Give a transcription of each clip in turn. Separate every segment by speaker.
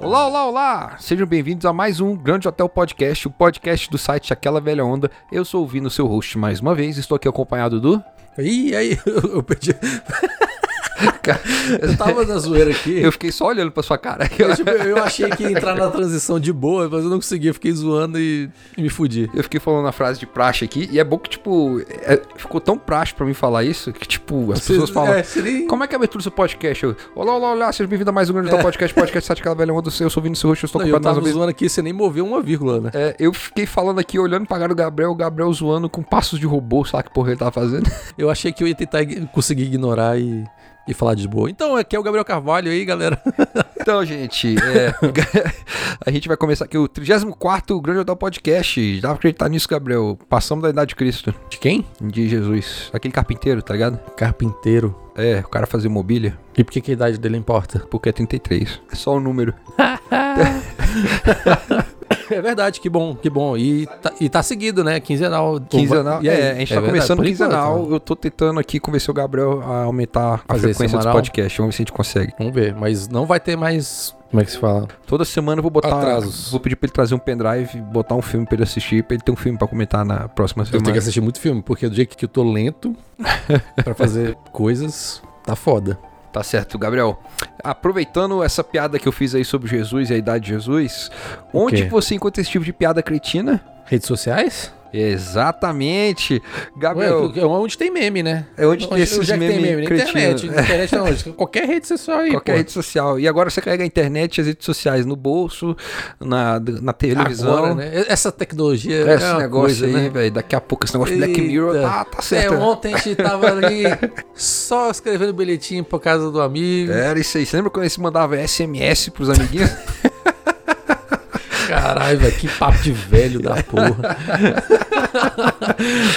Speaker 1: Olá, olá, olá! Sejam bem-vindos a mais um Grande Hotel Podcast, o podcast do site Aquela Velha Onda. Eu sou o Vino, seu host, mais uma vez. Estou aqui acompanhado do...
Speaker 2: Ih, aí, eu, eu perdi. eu tava na zoeira aqui.
Speaker 1: Eu fiquei só olhando pra sua cara.
Speaker 2: Eu, tipo, eu achei que ia entrar na transição de boa, mas eu não consegui. Eu fiquei zoando e, e me fudi.
Speaker 1: Eu fiquei falando a frase de praxe aqui, e é bom que, tipo, é- ficou tão praxe pra mim falar isso, que, tipo, as
Speaker 2: Você-
Speaker 1: pessoas falam,
Speaker 2: é, você nem-
Speaker 1: como é que é a abertura do seu podcast? Eu, olá, olá, olá, seja bem-vindo a mais um Grande Hotel Podcast, podcast site Aquela Velha Onda. Eu sou o Vino, seu host, eu estou
Speaker 2: É. Não, eu
Speaker 1: acompanhado mais
Speaker 2: tava
Speaker 1: uma vez
Speaker 2: zoando aqui, você nem moveu uma vírgula, né?
Speaker 1: É, eu fiquei falando aqui, olhando pra cara do Gabriel, o Gabriel zoando com passos de robô, sabe que porra ele tava fazendo?
Speaker 2: Eu achei que eu ia tentar ig- conseguir ignorar e, e falar de boa. Então, aqui é o Gabriel Carvalho aí, galera.
Speaker 1: Então, gente, é, a gente vai começar aqui o 34 Grande Hotel Podcast. Dá pra acreditar nisso, Gabriel? Passamos da idade de Cristo,
Speaker 2: De quem?
Speaker 1: de Jesus. Aquele carpinteiro, tá ligado?
Speaker 2: Carpinteiro.
Speaker 1: É, o cara fazia mobília,
Speaker 2: E por que, que a idade dele importa?
Speaker 1: porque é 33. É só o número.
Speaker 2: É verdade, que bom, que bom. E tá, e tá seguido, né? Quinzenal.
Speaker 1: Quinzenal. é, a gente tá
Speaker 2: verdade,
Speaker 1: começando
Speaker 2: por enquanto,
Speaker 1: quinzenal.
Speaker 2: né?
Speaker 1: eu tô tentando aqui convencer o Gabriel a aumentar a
Speaker 2: Fazer
Speaker 1: frequência dos
Speaker 2: semanal?
Speaker 1: podcasts. Vamos ver se a gente consegue.
Speaker 2: Vamos ver, mas não vai ter mais. Como é que se fala?
Speaker 1: Toda semana eu vou botar.
Speaker 2: Atrasos.
Speaker 1: Vou pedir pra ele trazer um pendrive, botar um filme pra ele assistir, pra ele ter um filme pra comentar na próxima
Speaker 2: Eu tenho
Speaker 1: semana.
Speaker 2: que assistir muito filme, porque do jeito que eu tô lento pra fazer coisas, tá foda.
Speaker 1: Tá certo, Gabriel. Aproveitando essa piada que eu fiz aí sobre Jesus e a idade de Jesus, onde
Speaker 2: quê?
Speaker 1: você encontra esse tipo de piada cretina?
Speaker 2: Redes sociais?
Speaker 1: Exatamente.
Speaker 2: Ué,
Speaker 1: Gabriel,
Speaker 2: é onde tem meme, né?
Speaker 1: é onde tem esses
Speaker 2: é que
Speaker 1: memes
Speaker 2: Na
Speaker 1: cretinos.
Speaker 2: internet. né? Tipo, Na internet não, onde? Qualquer rede social aí,
Speaker 1: Qualquer
Speaker 2: pô.
Speaker 1: rede social. E agora você carrega a internet e as redes sociais no bolso, na, na televisão.
Speaker 2: Agora, né? Essa tecnologia é
Speaker 1: Esse
Speaker 2: uma
Speaker 1: negócio
Speaker 2: coisa,
Speaker 1: aí,
Speaker 2: né?
Speaker 1: velho. Daqui a pouco esse negócio de Black Mirror
Speaker 2: Eita.
Speaker 1: tá, tá
Speaker 2: É,
Speaker 1: certo. né?
Speaker 2: ontem a gente tava ali só escrevendo bilhetinho por casa do amigo.
Speaker 1: Era isso aí. Você lembra quando eles mandavam SMS pros amiguinhos?
Speaker 2: Caralho, velho, que papo de velho da porra.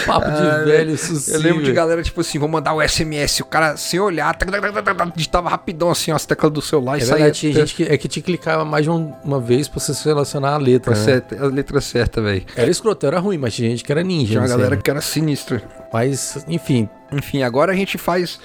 Speaker 2: papo de
Speaker 1: Ah,
Speaker 2: velho, sucinto.
Speaker 1: Eu lembro de galera, tipo assim, vou mandar o SMS, o cara sem olhar, tac, tac, tac, tac, tac, digitava rapidão assim, ó, as teclas do celular e
Speaker 2: É
Speaker 1: saía.
Speaker 2: verdade, tinha gente que, é que te clicava mais de um- uma vez pra você se relacionar à letra,
Speaker 1: Tá
Speaker 2: né?
Speaker 1: certa, a letra certa, velho.
Speaker 2: Era escroto, era ruim, mas tinha gente que era ninja.
Speaker 1: Tinha uma
Speaker 2: não sei,
Speaker 1: galera
Speaker 2: né?
Speaker 1: que era sinistra.
Speaker 2: Mas, enfim,
Speaker 1: Enfim, agora a gente faz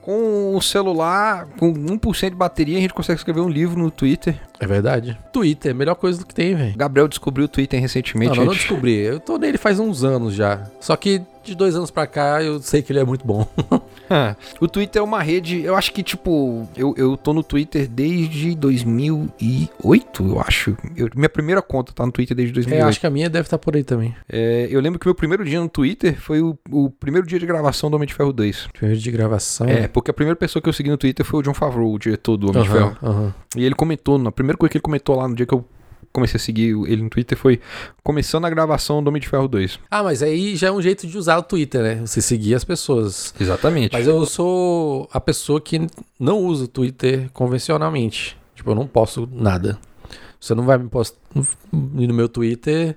Speaker 1: com o celular, com 1% de bateria, a gente consegue escrever um livro no Twitter.
Speaker 2: é verdade. Twitter é a melhor coisa do que tem, velho.
Speaker 1: Gabriel descobriu o Twitter recentemente.
Speaker 2: Não, não, não
Speaker 1: gente.
Speaker 2: descobri. Eu tô nele faz uns anos já. Só que de dois anos pra cá eu sei que ele é muito bom.
Speaker 1: o Twitter é uma rede, eu acho que, tipo, eu, eu tô no Twitter desde 2008, eu acho. Eu- minha primeira conta tá no Twitter desde
Speaker 2: É,
Speaker 1: 2008.
Speaker 2: acho que a minha deve estar por aí também.
Speaker 1: É, eu lembro que meu primeiro dia no Twitter foi o, o primeiro dia de gravação do Homem de Ferro 2.
Speaker 2: Primeiro de gravação.
Speaker 1: É, porque a primeira pessoa que eu segui no Twitter foi o John Favreau, o diretor do Homem de Ferro.
Speaker 2: Aham, aham.
Speaker 1: E ele comentou, na primeira coisa que ele comentou lá no dia que eu comecei a seguir ele no Twitter foi começando a gravação do Homem de Ferro 2.
Speaker 2: Ah, mas aí já é um jeito de usar o Twitter, né? Você seguir as pessoas.
Speaker 1: Exatamente.
Speaker 2: Mas eu sou a pessoa que não usa o Twitter convencionalmente. Tipo, eu não posto nada. Você não vai me postar no meu Twitter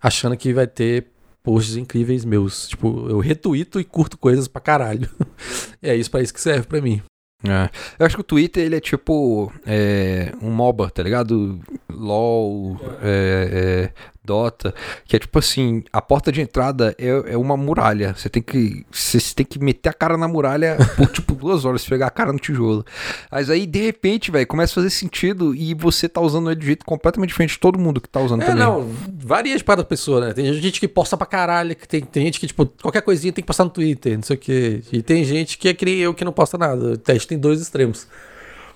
Speaker 2: achando que vai ter posts incríveis meus. Tipo, eu retuito e curto coisas pra caralho. é isso pra isso que serve pra mim.
Speaker 1: É. Eu acho que o Twitter ele é tipo é, um MOBA, tá ligado? LOL, é, é, Dota, que é tipo assim, a porta de entrada é, é uma muralha. Você tem que você tem que meter a cara na muralha por tipo duas horas, pegar a cara no tijolo. Mas aí de repente, velho, começa a fazer sentido e você tá usando ele de jeito completamente diferente de todo mundo que tá usando
Speaker 2: É,
Speaker 1: também.
Speaker 2: não, varia de cada pessoa, né? Tem gente que posta pra caralho, que tem, tem gente que, tipo, qualquer coisinha tem que postar no Twitter, não sei o quê. E tem gente que é que nem eu que não posta nada. A gente tem dois extremos.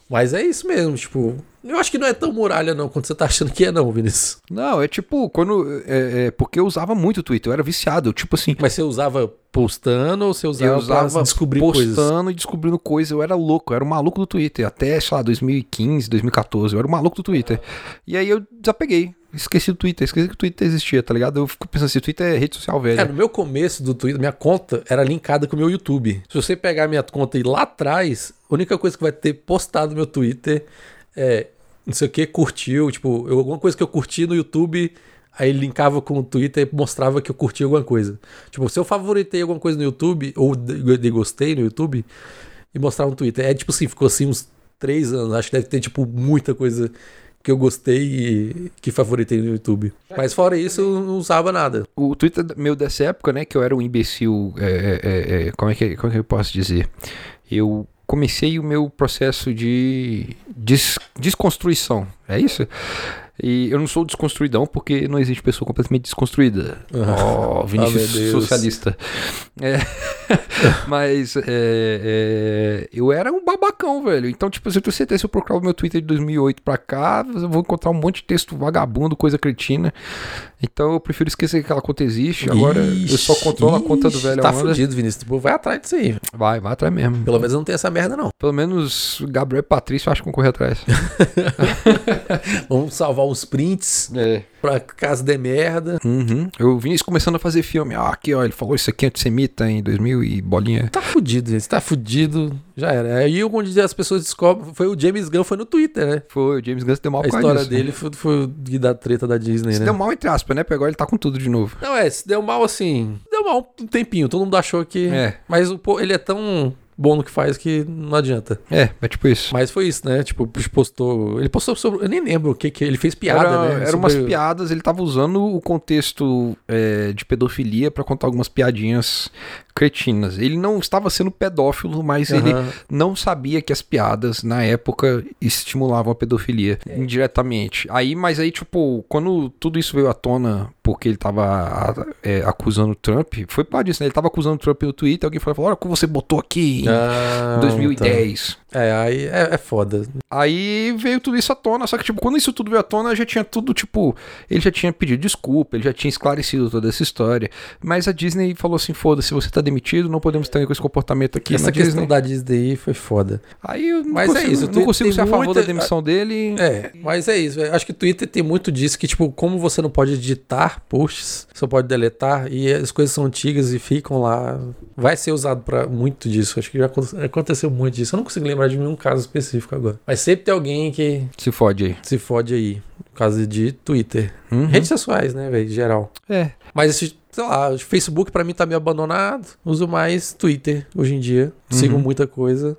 Speaker 2: Mas é isso mesmo, tipo. Eu acho que não é tão muralha, não, quanto você tá achando que é, não, Vinícius.
Speaker 1: Não, é tipo quando é, é, porque eu usava muito o Twitter, eu era viciado, eu, tipo assim,
Speaker 2: Mas você usava postando ou você usava,
Speaker 1: eu usava
Speaker 2: pra descobrir
Speaker 1: postando
Speaker 2: coisas?
Speaker 1: e descobrindo coisas. Eu era louco, eu era um maluco do Twitter. Até, sei lá, 2015, 2014, eu era um maluco do Twitter. E aí eu desapeguei. Esqueci do Twitter, esqueci que o Twitter existia, tá ligado? Eu fico pensando assim, o Twitter é rede social velha.
Speaker 2: Cara, no meu começo do Twitter, minha conta era linkada com o meu YouTube. Se você pegar minha conta e ir lá atrás, a única coisa que vai ter postado no meu Twitter é não sei o que, curtiu, tipo, eu- alguma coisa que eu curti no YouTube, aí linkava com o Twitter e mostrava que eu curti alguma coisa. Tipo, se eu favoritei alguma coisa no YouTube, ou de- dei gostei no YouTube, e mostrava no Twitter. É tipo assim, ficou assim uns três anos. Acho que deve ter, tipo, muita coisa que eu gostei e que favoritei no YouTube. Mas fora isso, eu não usava nada.
Speaker 1: O Twitter meu dessa época, né, que eu era um imbecil. é, é, é, é, como, é que, como é que eu posso dizer? Eu comecei o meu processo de des- desconstrução. É isso? E eu não sou desconstruidão porque não existe pessoa completamente desconstruída. Oh, Vinícius
Speaker 2: Ah, meu Deus.
Speaker 1: socialista. É. Mas é, é, eu era um babacão, velho. Então, tipo, se eu tenho certeza, se eu procurar o meu Twitter de 2008 pra cá, eu vou encontrar um monte de texto vagabundo, coisa cretina. Então eu prefiro esquecer que aquela conta existe. Agora eu só
Speaker 2: Ixi,
Speaker 1: controlo a conta do
Speaker 2: ixi,
Speaker 1: velho
Speaker 2: Tá
Speaker 1: Holanda.
Speaker 2: fudido, Vinícius. Pô, vai atrás disso aí. velho.
Speaker 1: Vai, vai atrás mesmo.
Speaker 2: Pelo menos não tem essa merda, não.
Speaker 1: Pelo menos o Gabriel e Patrício eu acho que vão correr atrás.
Speaker 2: Vamos salvar os prints
Speaker 1: é.
Speaker 2: pra caso dê merda.
Speaker 1: Uhum. Eu vi isso começando a fazer filme. Ah, aqui, ó, ele falou isso aqui antissemita em 2000 e bolinha.
Speaker 2: Tá fudido, gente. Tá fudido. Já era. Aí onde as pessoas descobrem. Foi o James Gunn, foi no Twitter, né?
Speaker 1: Foi, o James Gunn se deu mal
Speaker 2: A
Speaker 1: por causa
Speaker 2: história
Speaker 1: disso.
Speaker 2: dele foi, foi o que da treta da Disney,
Speaker 1: é Se
Speaker 2: né?
Speaker 1: deu mal entre aspas, né? Pegou ele tá com tudo de novo.
Speaker 2: Não, é, se deu mal assim. Deu mal um tempinho, todo mundo achou que.
Speaker 1: É.
Speaker 2: Mas o, po- ele é tão bom no que faz que não adianta.
Speaker 1: É, é tipo isso.
Speaker 2: Mas foi isso, né? Tipo, postou. Ele postou sobre. Eu nem lembro o que que. Ele fez piada,
Speaker 1: era,
Speaker 2: né?
Speaker 1: Eram
Speaker 2: Sobre-
Speaker 1: umas piadas, ele tava usando o contexto é, de pedofilia pra contar algumas piadinhas cretinas. Ele não estava sendo pedófilo, mas
Speaker 2: Aham.
Speaker 1: assim, ele não sabia que as piadas na época estimulavam a pedofilia
Speaker 2: É.
Speaker 1: indiretamente. Aí, mas aí, tipo, quando tudo isso veio à tona porque ele tava a- é, acusando o Trump, foi por causa disso, né? Ele tava acusando o Trump no Twitter, alguém falou, olha o que você botou aqui em
Speaker 2: Ah,
Speaker 1: 2010.
Speaker 2: tá. É, aí é, é foda.
Speaker 1: Aí veio tudo isso à tona, só que, tipo, quando isso tudo veio à tona, já tinha tudo, tipo, ele já tinha pedido desculpa, ele já tinha esclarecido toda essa história. Mas a Disney falou assim: foda-se, você tá demitido, não podemos estar com esse comportamento aqui
Speaker 2: Essa
Speaker 1: na
Speaker 2: questão
Speaker 1: Disney.
Speaker 2: da Disney aí foi foda.
Speaker 1: Aí eu não
Speaker 2: Mas é
Speaker 1: consigo,
Speaker 2: isso,
Speaker 1: não
Speaker 2: tem-
Speaker 1: consigo
Speaker 2: tem
Speaker 1: ser a favor
Speaker 2: muita-
Speaker 1: da demissão dele.
Speaker 2: É, mas é isso. velho. Acho que o Twitter tem muito disso que, tipo, como você não pode editar posts, só pode deletar e as coisas são antigas e ficam lá, vai ser usado pra muito disso. Acho que já aconte- aconteceu muito disso. Eu não consigo lembrar de nenhum caso específico agora. Mas sempre tem alguém que
Speaker 1: Se fode aí.
Speaker 2: se fode aí. No caso de Twitter.
Speaker 1: Uhum.
Speaker 2: Redes sociais, né, velho, geral.
Speaker 1: É.
Speaker 2: Mas, sei lá, o Facebook pra mim tá meio abandonado. Uso mais Twitter hoje em dia.
Speaker 1: Uhum.
Speaker 2: Sigo muita coisa.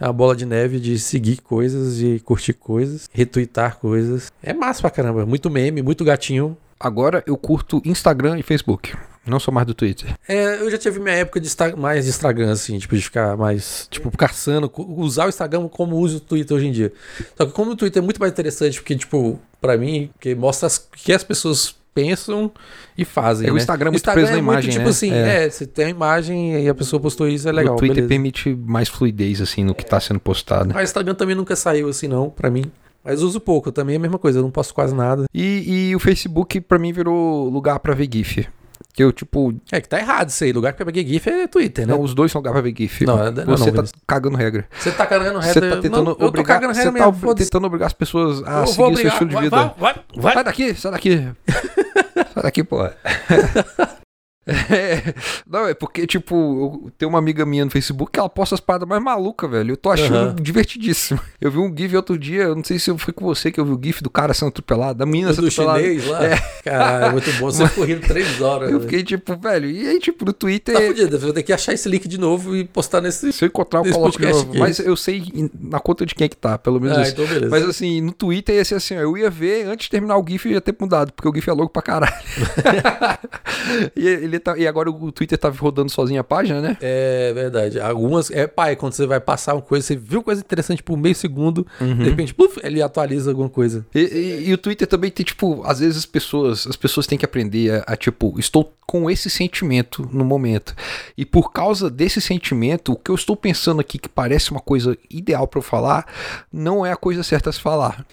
Speaker 2: É uma bola de neve de seguir coisas e curtir coisas, retweetar coisas. É massa pra caramba. Muito meme, muito gatinho.
Speaker 1: Agora eu curto Instagram e Facebook. Não sou mais do Twitter.
Speaker 2: É, eu já tive minha época de Insta- mais de Instagram, assim, tipo, de ficar mais, tipo, caçando, co- usar o Instagram como uso o Twitter hoje em dia. Só que como o Twitter é muito mais interessante, porque, tipo, pra mim, que mostra as- o que as pessoas pensam e fazem,
Speaker 1: É, o
Speaker 2: né?
Speaker 1: Instagram é muito
Speaker 2: Instagram
Speaker 1: preso na
Speaker 2: é muito,
Speaker 1: imagem,
Speaker 2: tipo
Speaker 1: né?
Speaker 2: assim, é. você tem a imagem e a pessoa postou isso, é legal,
Speaker 1: o Twitter
Speaker 2: beleza.
Speaker 1: permite mais fluidez, assim, no que tá sendo postado.
Speaker 2: Mas o Instagram também nunca saiu assim, não, pra mim. Mas uso pouco, também é a mesma coisa, eu não posto quase nada.
Speaker 1: E, e o Facebook, pra mim, virou lugar pra ver GIF. Que eu, tipo,
Speaker 2: É que tá errado isso aí, lugar que pega GIF é Twitter, né?
Speaker 1: Não, os dois são lugar pra ver GIF.
Speaker 2: Não, é, não, não,
Speaker 1: você tá
Speaker 2: Vinícius.
Speaker 1: cagando regra.
Speaker 2: Você tá cagando reto.
Speaker 1: Você tá tentando
Speaker 2: eu tô
Speaker 1: obrigar,
Speaker 2: cagando
Speaker 1: você
Speaker 2: reto
Speaker 1: tá
Speaker 2: mesmo,
Speaker 1: ob-
Speaker 2: foda-se.
Speaker 1: tentando obrigar as pessoas a
Speaker 2: Eu
Speaker 1: seguir o seu
Speaker 2: obrigar,
Speaker 1: estilo de
Speaker 2: vai-
Speaker 1: vida.
Speaker 2: Vai, vai, vai.
Speaker 1: Sai daqui, sai daqui. sai daqui, porra. É, não, é porque, tipo, eu tenho uma amiga minha no Facebook que ela posta as paradas mais malucas, velho. Eu tô achando
Speaker 2: Aham.
Speaker 1: divertidíssimo. Eu vi um GIF outro dia, eu não sei se eu fui com você que eu vi o GIF do cara sendo atropelado, da menina
Speaker 2: Do,
Speaker 1: sendo
Speaker 2: do
Speaker 1: atropelada.
Speaker 2: chinês lá? Caralho, muito bom. Você correndo três horas.
Speaker 1: É. Eu
Speaker 2: velho.
Speaker 1: fiquei tipo, velho, e aí, tipo, no Twitter.
Speaker 2: Tá fudido, vou ter que achar esse link de novo e postar nesse.
Speaker 1: Se eu encontrar, eu
Speaker 2: Esse
Speaker 1: coloco de
Speaker 2: podcast
Speaker 1: novo.
Speaker 2: aqui.
Speaker 1: Mas eu sei na conta de quem é que tá, pelo menos
Speaker 2: Ah,
Speaker 1: isso.
Speaker 2: então beleza.
Speaker 1: Mas assim, no Twitter ia ser assim, ó, eu ia ver antes de terminar o GIF ia ter mudado, porque o GIF é louco pra caralho. e, ele tá- e agora o Twitter tá rodando sozinho a página, né?
Speaker 2: É verdade. Algumas. É pai, quando você vai passar uma coisa, você viu coisa interessante por meio segundo,
Speaker 1: Uhum.
Speaker 2: de repente, pluf, ele atualiza alguma coisa.
Speaker 1: E, e- e o Twitter também tem, tipo, às vezes as pessoas, as pessoas têm que aprender a, a, tipo, estou com esse sentimento no momento. E por causa desse sentimento, o que eu estou pensando aqui que parece uma coisa ideal pra eu falar, não é a coisa certa a se falar.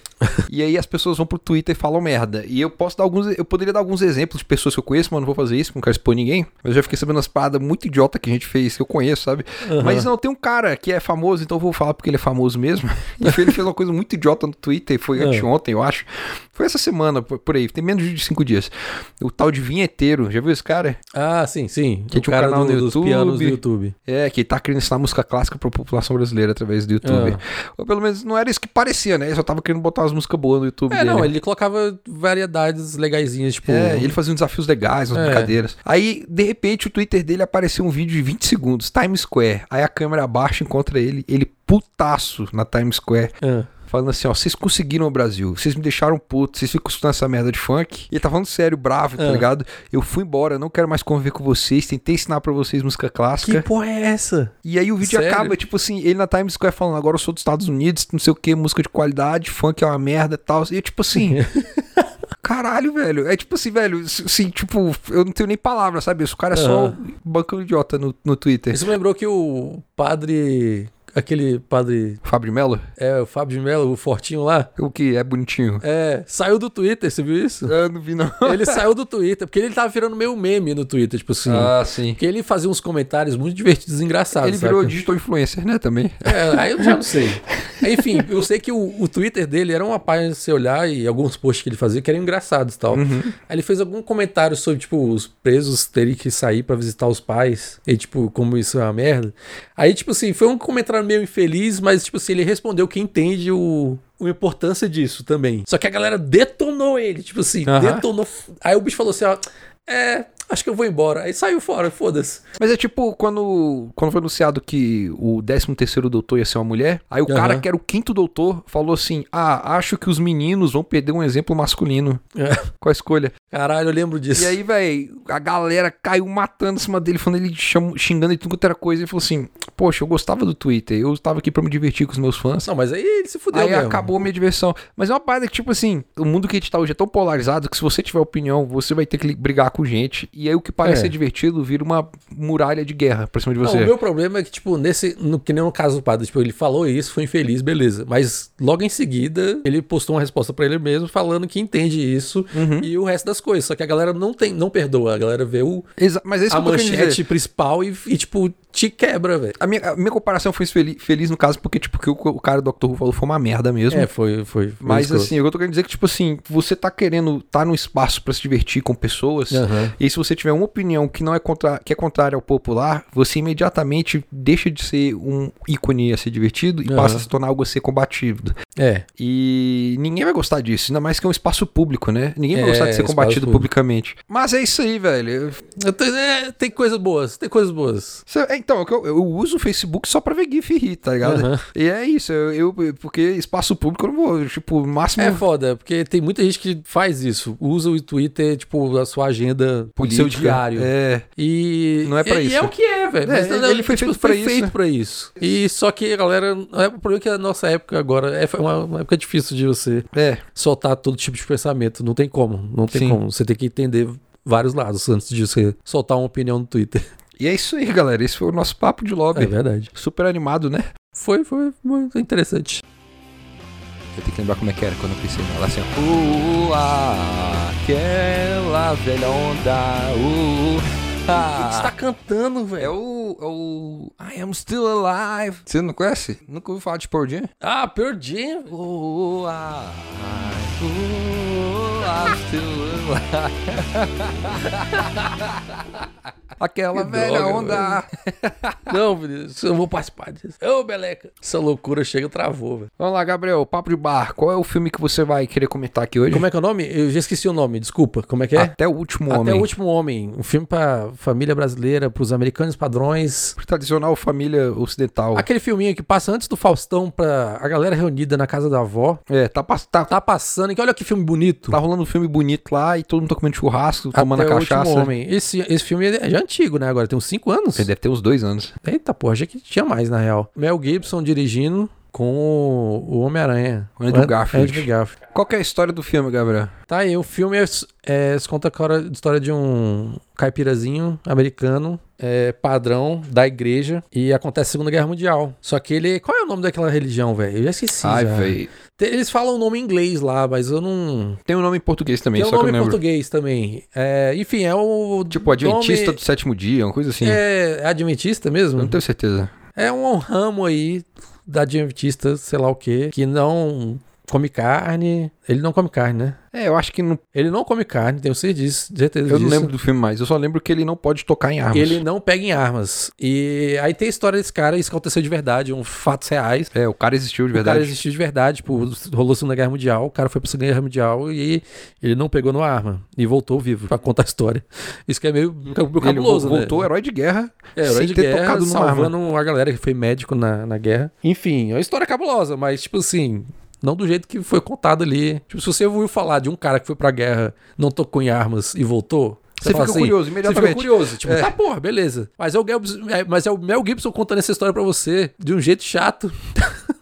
Speaker 1: e aí as pessoas vão pro Twitter e falam merda. E eu posso dar alguns, eu poderia dar alguns exemplos de pessoas que eu conheço, mas eu não vou fazer isso, porque não quero expor ninguém. Mas eu já fiquei sabendo umas paradas muito idiota que a gente fez, que eu conheço, sabe? Mas não, tem um cara que é famoso, então eu vou falar porque ele é famoso mesmo. E ele fez uma coisa muito idiota no Twitter, foi
Speaker 2: Ah.
Speaker 1: anteontem, eu acho. Foi essa semana, por por aí, tem menos de cinco dias. O tal de vinheteiro, já viu esse cara?
Speaker 2: Ah, sim, sim.
Speaker 1: Que
Speaker 2: o
Speaker 1: tinha um
Speaker 2: cara
Speaker 1: canal
Speaker 2: do-
Speaker 1: no
Speaker 2: dos
Speaker 1: YouTube.
Speaker 2: pianos do YouTube.
Speaker 1: É, que tá querendo ensinar música clássica pra população brasileira através do YouTube.
Speaker 2: Ah.
Speaker 1: Ou pelo menos não era isso que parecia, né? Ele só tava querendo botar umas músicas boas no YouTube
Speaker 2: É,
Speaker 1: dele.
Speaker 2: não, ele colocava variedades legaisinhas, tipo.
Speaker 1: É, e ele fazia uns desafios legais, umas
Speaker 2: É.
Speaker 1: brincadeiras. Aí, de repente, o Twitter dele apareceu um vídeo de 20 segundos, Times Square. Aí a câmera abaixa, encontra ele, ele putaço na Times Square.
Speaker 2: Ah.
Speaker 1: falando assim, ó, vocês conseguiram o Brasil, vocês me deixaram puto, vocês ficam escutando essa merda de funk. E ele tá falando sério, bravo, tá
Speaker 2: Ah.
Speaker 1: ligado? Eu fui embora, não quero mais conviver com vocês, tentei ensinar pra vocês música
Speaker 2: Que
Speaker 1: clássica.
Speaker 2: porra é essa?
Speaker 1: E aí o vídeo
Speaker 2: Sério?
Speaker 1: acaba, tipo assim, ele na Times Square falando, agora eu sou dos Estados Unidos, não sei o que, música de qualidade, funk é uma merda e tal. E eu, tipo assim. Caralho, velho. É tipo assim, velho, assim, tipo, eu não tenho nem palavra, sabe? O cara é só
Speaker 2: Aham.
Speaker 1: bancando idiota no, no Twitter.
Speaker 2: Isso me lembrou que o padre. Aquele padre.
Speaker 1: Fábio Mello?
Speaker 2: É, o Fábio de Mello, o Fortinho lá.
Speaker 1: O que é bonitinho.
Speaker 2: É, saiu do Twitter, você viu isso?
Speaker 1: Eu não vi, não.
Speaker 2: Ele saiu do Twitter, porque ele tava virando meio meme no Twitter, tipo assim.
Speaker 1: sim.
Speaker 2: Porque ele fazia uns comentários muito divertidos e
Speaker 1: Ah.
Speaker 2: engraçados.
Speaker 1: Ele virou
Speaker 2: saca?
Speaker 1: digital influencer, né, também.
Speaker 2: É, aí eu já não sei. Enfim, eu sei que o, o Twitter dele era uma página de você olhar e alguns posts que ele fazia que eram engraçados e tal.
Speaker 1: Uhum.
Speaker 2: Aí ele fez algum comentário sobre, tipo, os presos terem que sair pra visitar os pais. E, tipo, como isso é uma merda. Aí, tipo assim, foi um comentário meio infeliz, mas, tipo assim, ele respondeu que entende o. A importância disso também. Só que a galera detonou ele, tipo assim,
Speaker 1: Aham.
Speaker 2: detonou. Aí o bicho falou assim: ó, é, acho que eu vou embora. Aí saiu fora, foda-se.
Speaker 1: Mas é tipo quando, quando foi anunciado que o 13º doutor ia ser uma mulher, aí o
Speaker 2: Aham.
Speaker 1: cara que era o quinto doutor falou assim, ah, acho que os meninos vão perder um exemplo masculino com a escolha.
Speaker 2: Caralho, eu lembro disso.
Speaker 1: E aí, velho, a galera caiu matando em cima dele, falando ele cham- xingando e tudo quanto era coisa. Ele falou assim, poxa, eu gostava do Twitter, eu estava aqui pra me divertir com os meus fãs.
Speaker 2: Não, mas aí ele se fudeu
Speaker 1: Aí
Speaker 2: mesmo.
Speaker 1: acabou a minha diversão. Mas é uma parada que, tipo assim, o mundo que a gente tá hoje é tão polarizado que se você tiver opinião, você vai ter que li- brigar com gente. E aí o que parece
Speaker 2: É.
Speaker 1: ser divertido vira uma muralha de guerra pra cima de
Speaker 2: Não,
Speaker 1: você.
Speaker 2: o meu problema é que, tipo, nesse. No, que nem no caso do padre, tipo, ele falou isso, foi infeliz, beleza. Mas logo em seguida, ele postou uma resposta pra ele mesmo falando que entende isso e o resto das coisas. Só que a galera não tem, não perdoa. A galera vê o,
Speaker 1: Exa- mas é Uhum. isso
Speaker 2: a
Speaker 1: que eu tô querendo dizer.
Speaker 2: manchete principal e, e, tipo, te quebra, velho.
Speaker 1: A minha, a minha comparação foi feliz, feliz no caso, porque, tipo, que o, o cara do Dr. Who falou foi uma merda mesmo.
Speaker 2: É, foi. foi, foi
Speaker 1: Mas
Speaker 2: escroto.
Speaker 1: assim, eu tô querendo dizer que, tipo assim, você tá querendo estar tá num espaço pra se divertir com pessoas.
Speaker 2: Aham.
Speaker 1: E se você tiver uma opinião que não é, contra, que é contrária ao popular, você imediatamente deixa de ser um ícone a ser divertido e
Speaker 2: Aham.
Speaker 1: passa a se tornar algo a ser combatido.
Speaker 2: É.
Speaker 1: E ninguém vai gostar disso, ainda mais que é um espaço público, né? Ninguém vai
Speaker 2: É,
Speaker 1: gostar de ser
Speaker 2: espaço
Speaker 1: combatido
Speaker 2: público.
Speaker 1: publicamente. Mas é isso aí, velho.
Speaker 2: Eu tô- é, Tem coisas boas, tem coisas boas.
Speaker 1: Cê- é, Então, é que eu, eu uso o Facebook só pra ver GIF e rir, tá ligado?
Speaker 2: Aham.
Speaker 1: E é isso, eu, eu- porque espaço público eu não vou, tipo, o máximo.
Speaker 2: É foda, porque tem muita gente que faz isso. Usa o Twitter, tipo, a sua agenda, o seu diário.
Speaker 1: É.
Speaker 2: E
Speaker 1: Não é pra
Speaker 2: e-
Speaker 1: isso.
Speaker 2: E é o que é, velho.
Speaker 1: É,
Speaker 2: Mas,
Speaker 1: ele-
Speaker 2: não, tipo,
Speaker 1: ele foi feito pra isso, né?
Speaker 2: feito pra isso. E só que a galera, é o problema é que a nossa época agora é foi uma, uma época difícil de você
Speaker 1: É.
Speaker 2: soltar todo tipo de pensamento. Não tem como, não tem
Speaker 1: Sim.
Speaker 2: como. Você tem que entender vários lados antes de você soltar uma opinião no Twitter.
Speaker 1: E é isso aí, galera. Esse foi o nosso papo de lobby.
Speaker 2: É verdade.
Speaker 1: Super animado, né?
Speaker 2: Foi, foi muito interessante.
Speaker 1: Eu tenho que lembrar como é que era quando eu pensei nela. Assim, ó. Uh, ah, aquela velha onda. Uh,
Speaker 2: Você tá
Speaker 1: ah.
Speaker 2: cantando, velho.
Speaker 1: É o, é o I am still alive. Você não conhece? Nunca ouviu falar de Pearl Jam?
Speaker 2: Ah, perdi.
Speaker 1: Uh, ah, uh,
Speaker 2: ah,
Speaker 1: I'm still alive. Aquela
Speaker 2: Que
Speaker 1: velha
Speaker 2: droga,
Speaker 1: onda.
Speaker 2: Não, Vinícius, eu vou participar disso. Ô, Beleca. Essa loucura chega e travou, velho.
Speaker 1: Vamos lá, Gabriel. Papo de bar. Qual é o filme que você vai querer comentar aqui hoje?
Speaker 2: Como é que é o nome? Eu já esqueci o nome, desculpa. Como é que é?
Speaker 1: Até o último
Speaker 2: Até
Speaker 1: homem.
Speaker 2: o Último Homem, um filme pra família brasileira, pros americanos padrões.
Speaker 1: tradicional família ocidental.
Speaker 2: Aquele filminho que passa antes do Faustão pra a galera reunida na casa da avó.
Speaker 1: É, tá, pass- tá,
Speaker 2: Tá passando, que olha que filme bonito.
Speaker 1: tá rolando um filme bonito lá e todo mundo tá comendo churrasco, tomando a
Speaker 2: Até o
Speaker 1: cachaça. né?
Speaker 2: Último Homem. Esse, esse filme é já antigo, né? Agora tem uns 5 anos.
Speaker 1: Ele é. deve ter uns dois anos.
Speaker 2: Eita porra, achei que tinha mais, na real. Mel Gibson dirigindo com o Homem-Aranha.
Speaker 1: O Andrew
Speaker 2: An-
Speaker 1: Garfield.
Speaker 2: Andrew Garfield.
Speaker 1: Qual que é a história do filme, Gabriel?
Speaker 2: Tá aí, o filme é, é, conta a cora- história de um caipirazinho americano, é, padrão da igreja, e acontece a Segunda Guerra Mundial. Só que ele. Qual é o nome daquela religião, velho? Eu já esqueci.
Speaker 1: Ai,
Speaker 2: já.
Speaker 1: velho.
Speaker 2: Te- Eles falam o nome em inglês lá, mas eu não.
Speaker 1: Tem um nome em português também,
Speaker 2: Tem um
Speaker 1: só que eu
Speaker 2: nome
Speaker 1: não
Speaker 2: em
Speaker 1: lembro.
Speaker 2: português também. É, enfim, é o.
Speaker 1: Tipo, Adventista
Speaker 2: nome-
Speaker 1: do Sétimo Dia, uma coisa assim.
Speaker 2: É adventista
Speaker 1: Eu
Speaker 2: mesmo?
Speaker 1: não tenho certeza.
Speaker 2: É um ramo aí da adventista, sei lá o quê, que não come carne. Ele não come carne, né?
Speaker 1: É, eu acho que não.
Speaker 2: Ele não come carne, tenho certeza certeza
Speaker 1: Eu não
Speaker 2: disso.
Speaker 1: lembro do filme mais. Eu só lembro que ele não pode tocar em armas.
Speaker 2: Ele não pega em armas. E aí tem a história desse cara, isso aconteceu de verdade, um fatos reais.
Speaker 1: É, o cara existiu de
Speaker 2: O cara
Speaker 1: verdade.
Speaker 2: existiu de verdade, tipo, rolou a Segunda Guerra Mundial, o cara foi pra Segunda Guerra Mundial e ele não pegou numa arma. E voltou vivo pra contar a história. Isso que é meio ca- meio
Speaker 1: Ele
Speaker 2: cabuloso, né?
Speaker 1: voltou herói de guerra.
Speaker 2: é, herói
Speaker 1: sem
Speaker 2: de
Speaker 1: ter
Speaker 2: guerra,
Speaker 1: tocado numa
Speaker 2: salvando a galera que foi médico na, na guerra. Enfim, é uma história cabulosa, mas tipo assim... Não do jeito que foi contado ali. Tipo, se você ouviu falar de um cara que foi pra guerra, não tocou em armas e voltou.
Speaker 1: Você fica
Speaker 2: fala assim,
Speaker 1: curioso
Speaker 2: Você fica
Speaker 1: imediatamente.
Speaker 2: curioso, tipo,
Speaker 1: É.
Speaker 2: tá porra, beleza. Mas é, o Gibson, é- mas é o Mel Gibson contando essa história pra você de um jeito chato.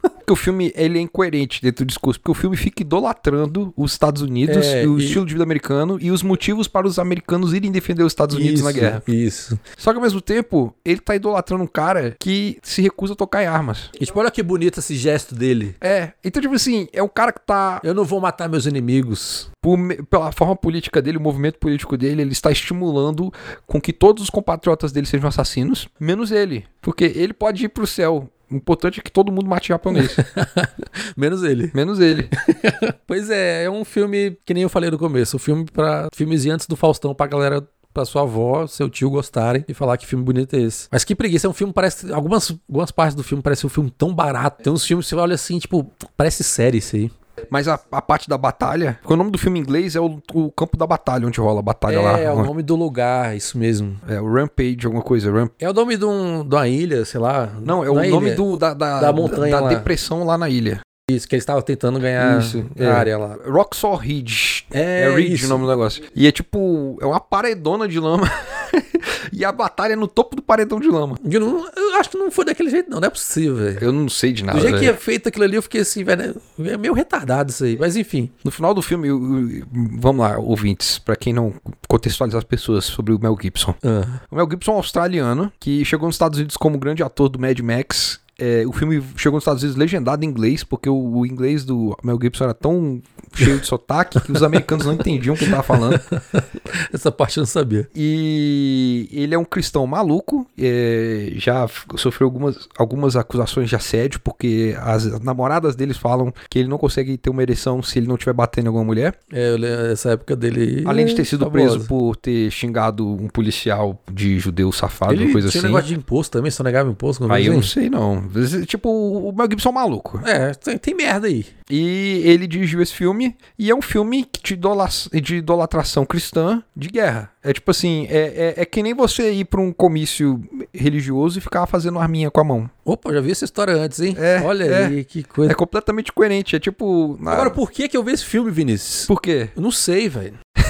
Speaker 1: Porque o filme ele é incoerente dentro do discurso, porque o filme fica idolatrando os Estados Unidos,
Speaker 2: É,
Speaker 1: e o
Speaker 2: e-
Speaker 1: estilo de vida americano e os motivos para os americanos irem defender os Estados Unidos na guerra.
Speaker 2: Isso.
Speaker 1: Só que ao mesmo tempo, ele tá idolatrando um cara que se recusa a tocar em armas.
Speaker 2: E tipo, olha que bonito esse gesto dele.
Speaker 1: É, então tipo assim, é um cara que tá,
Speaker 2: Eu não vou matar meus inimigos.
Speaker 1: por me- pela forma política dele, o movimento político dele, ele está estimulando com que todos os compatriotas dele sejam assassinos, menos ele. Porque ele pode ir pro céu. O importante é que todo mundo mate japonês,
Speaker 2: Menos ele.
Speaker 1: menos ele.
Speaker 2: Pois é, é um filme, que nem eu falei no começo, um filme para filmes antes do Faustão pra galera pra sua avó, seu tio gostarem e falar que filme bonito é esse. Mas que preguiça, é um filme parece algumas algumas partes do filme parece um filme tão barato. Tem uns filmes que você olha assim, tipo, parece série isso aí.
Speaker 1: Mas a, a parte da batalha, porque o nome do filme em inglês é o, o campo da batalha, onde rola a batalha lá.
Speaker 2: é, é o nome do lugar, isso mesmo.
Speaker 1: É o Rampage, alguma coisa. Ramp...
Speaker 2: É o nome de, um, de uma ilha, sei lá.
Speaker 1: Não, é
Speaker 2: Não
Speaker 1: o
Speaker 2: é
Speaker 1: nome
Speaker 2: ilha.
Speaker 1: do, da, da,
Speaker 2: Da montanha
Speaker 1: da
Speaker 2: lá.
Speaker 1: depressão lá na ilha.
Speaker 2: Isso, que eles estavam tentando ganhar
Speaker 1: Isso,
Speaker 2: a
Speaker 1: é.
Speaker 2: área lá.
Speaker 1: Roxor Ridge.
Speaker 2: É,
Speaker 1: É, Ridge
Speaker 2: isso.
Speaker 1: o nome do negócio. E é tipo, é uma paredona de lama. e a batalha é no topo do paredão de lama.
Speaker 2: Eu, não- eu acho que não foi daquele jeito, não. Não é possível, velho.
Speaker 1: Eu não sei de nada. né?
Speaker 2: Do jeito que
Speaker 1: velho.
Speaker 2: é feito aquilo ali, eu fiquei assim, velho. É meio retardado isso aí. Mas enfim.
Speaker 1: No final do filme, o- o- vamos lá, ouvintes, pra quem não contextualizar as pessoas sobre o Mel Gibson. O Mel Gibson é um australiano que chegou nos Estados Unidos como grande ator do Mad Max. É, o filme chegou nos Estados Unidos legendado em inglês, porque o, o inglês do Mel Gibson era tão cheio de sotaque que os americanos não entendiam o que ele tava falando.
Speaker 2: Essa parte eu não sabia.
Speaker 1: E ele é um cristão maluco, é, já f- sofreu algumas, algumas acusações de assédio, porque as namoradas deles falam que ele não consegue ter uma ereção se ele não estiver batendo em alguma mulher.
Speaker 2: É, eu lembro essa época dele. é
Speaker 1: Além de ter sido
Speaker 2: Fabulosa.
Speaker 1: preso por ter xingado um policial de judeu safado,
Speaker 2: Ele
Speaker 1: coisa
Speaker 2: tinha
Speaker 1: assim.
Speaker 2: um negócio de imposto também, só negava imposto. alguma
Speaker 1: Aí eu
Speaker 2: coisa
Speaker 1: não
Speaker 2: assim.
Speaker 1: sei não. Às vezes, Tipo, o Mel Gibson é um maluco.
Speaker 2: É, tem, tem merda aí.
Speaker 1: E ele dirigiu esse filme, e é um filme que de, idola- de idolatração cristã de guerra. É tipo assim, é, é, é que nem você ir pra um comício religioso e ficar fazendo arminha com a mão.
Speaker 2: Opa, eu já vi essa história antes, hein?
Speaker 1: É,
Speaker 2: Olha
Speaker 1: é.
Speaker 2: aí, que coisa.
Speaker 1: É completamente coerente, é tipo... na-
Speaker 2: Agora, por que que eu vi esse filme, Vinícius?
Speaker 1: por quê?
Speaker 2: Eu não sei, velho.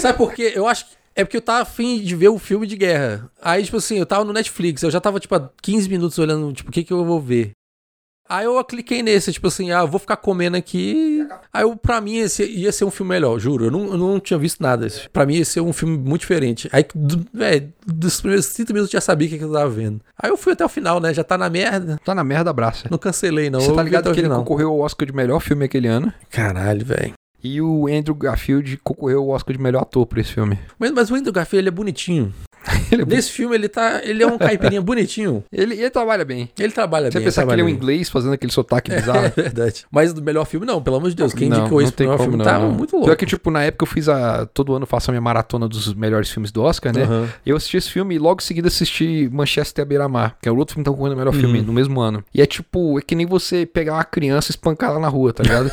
Speaker 2: Sabe por quê? Eu acho que. É porque eu tava afim de ver um filme de guerra. Aí, tipo assim, eu tava no Netflix, eu já tava, tipo, há 15 minutos olhando, tipo, o que que eu vou ver? Aí eu cliquei nesse, tipo assim, ah, eu vou ficar comendo aqui. Aí, eu, pra mim, esse ia ser um filme melhor, juro. Eu não, eu não tinha visto nada. desse. Pra mim, ia ser um filme muito diferente. Aí, do- velho, dos primeiros 30 minutos eu já sabia o que, que eu tava vendo. Aí eu fui até o final, né? Já tá na merda.
Speaker 1: Tá na merda, abraça.
Speaker 2: Não cancelei, não.
Speaker 1: Você tá
Speaker 2: Eu vi até
Speaker 1: ligado
Speaker 2: o
Speaker 1: que ele
Speaker 2: final.
Speaker 1: concorreu ao Oscar de melhor filme aquele ano?
Speaker 2: Caralho, velho.
Speaker 1: E o Andrew Garfield concorreu ao Oscar de melhor ator por esse filme.
Speaker 2: Mas, mas o Andrew Garfield, ele é bonitinho.
Speaker 1: Ele, é bu-
Speaker 2: Nesse filme ele tá, ele é um caipirinha bonitinho.
Speaker 1: ele, ele trabalha bem.
Speaker 2: Ele trabalha
Speaker 1: Você
Speaker 2: bem.
Speaker 1: pensar que ele
Speaker 2: trabalha
Speaker 1: é um
Speaker 2: bem.
Speaker 1: inglês fazendo aquele sotaque bizarro?
Speaker 2: É verdade. Mas do melhor filme não, pelo amor de Deus. Quem
Speaker 1: Não,
Speaker 2: indicou
Speaker 1: não
Speaker 2: isso pro
Speaker 1: tem
Speaker 2: melhor
Speaker 1: como não,
Speaker 2: filme tá
Speaker 1: não.
Speaker 2: muito louco.
Speaker 1: Pior que, tipo, na época eu fiz a. Todo ano eu faço a minha maratona dos melhores filmes do Oscar, né?
Speaker 2: Aham.
Speaker 1: Eu assisti esse filme e logo em seguida assisti Manchester à Beira-Mar, que é o outro filme que tá concorrendo ao
Speaker 2: Uhum.
Speaker 1: melhor filme no mesmo ano. E é tipo, é que nem você pegar uma criança e espancar ela na rua, tá ligado?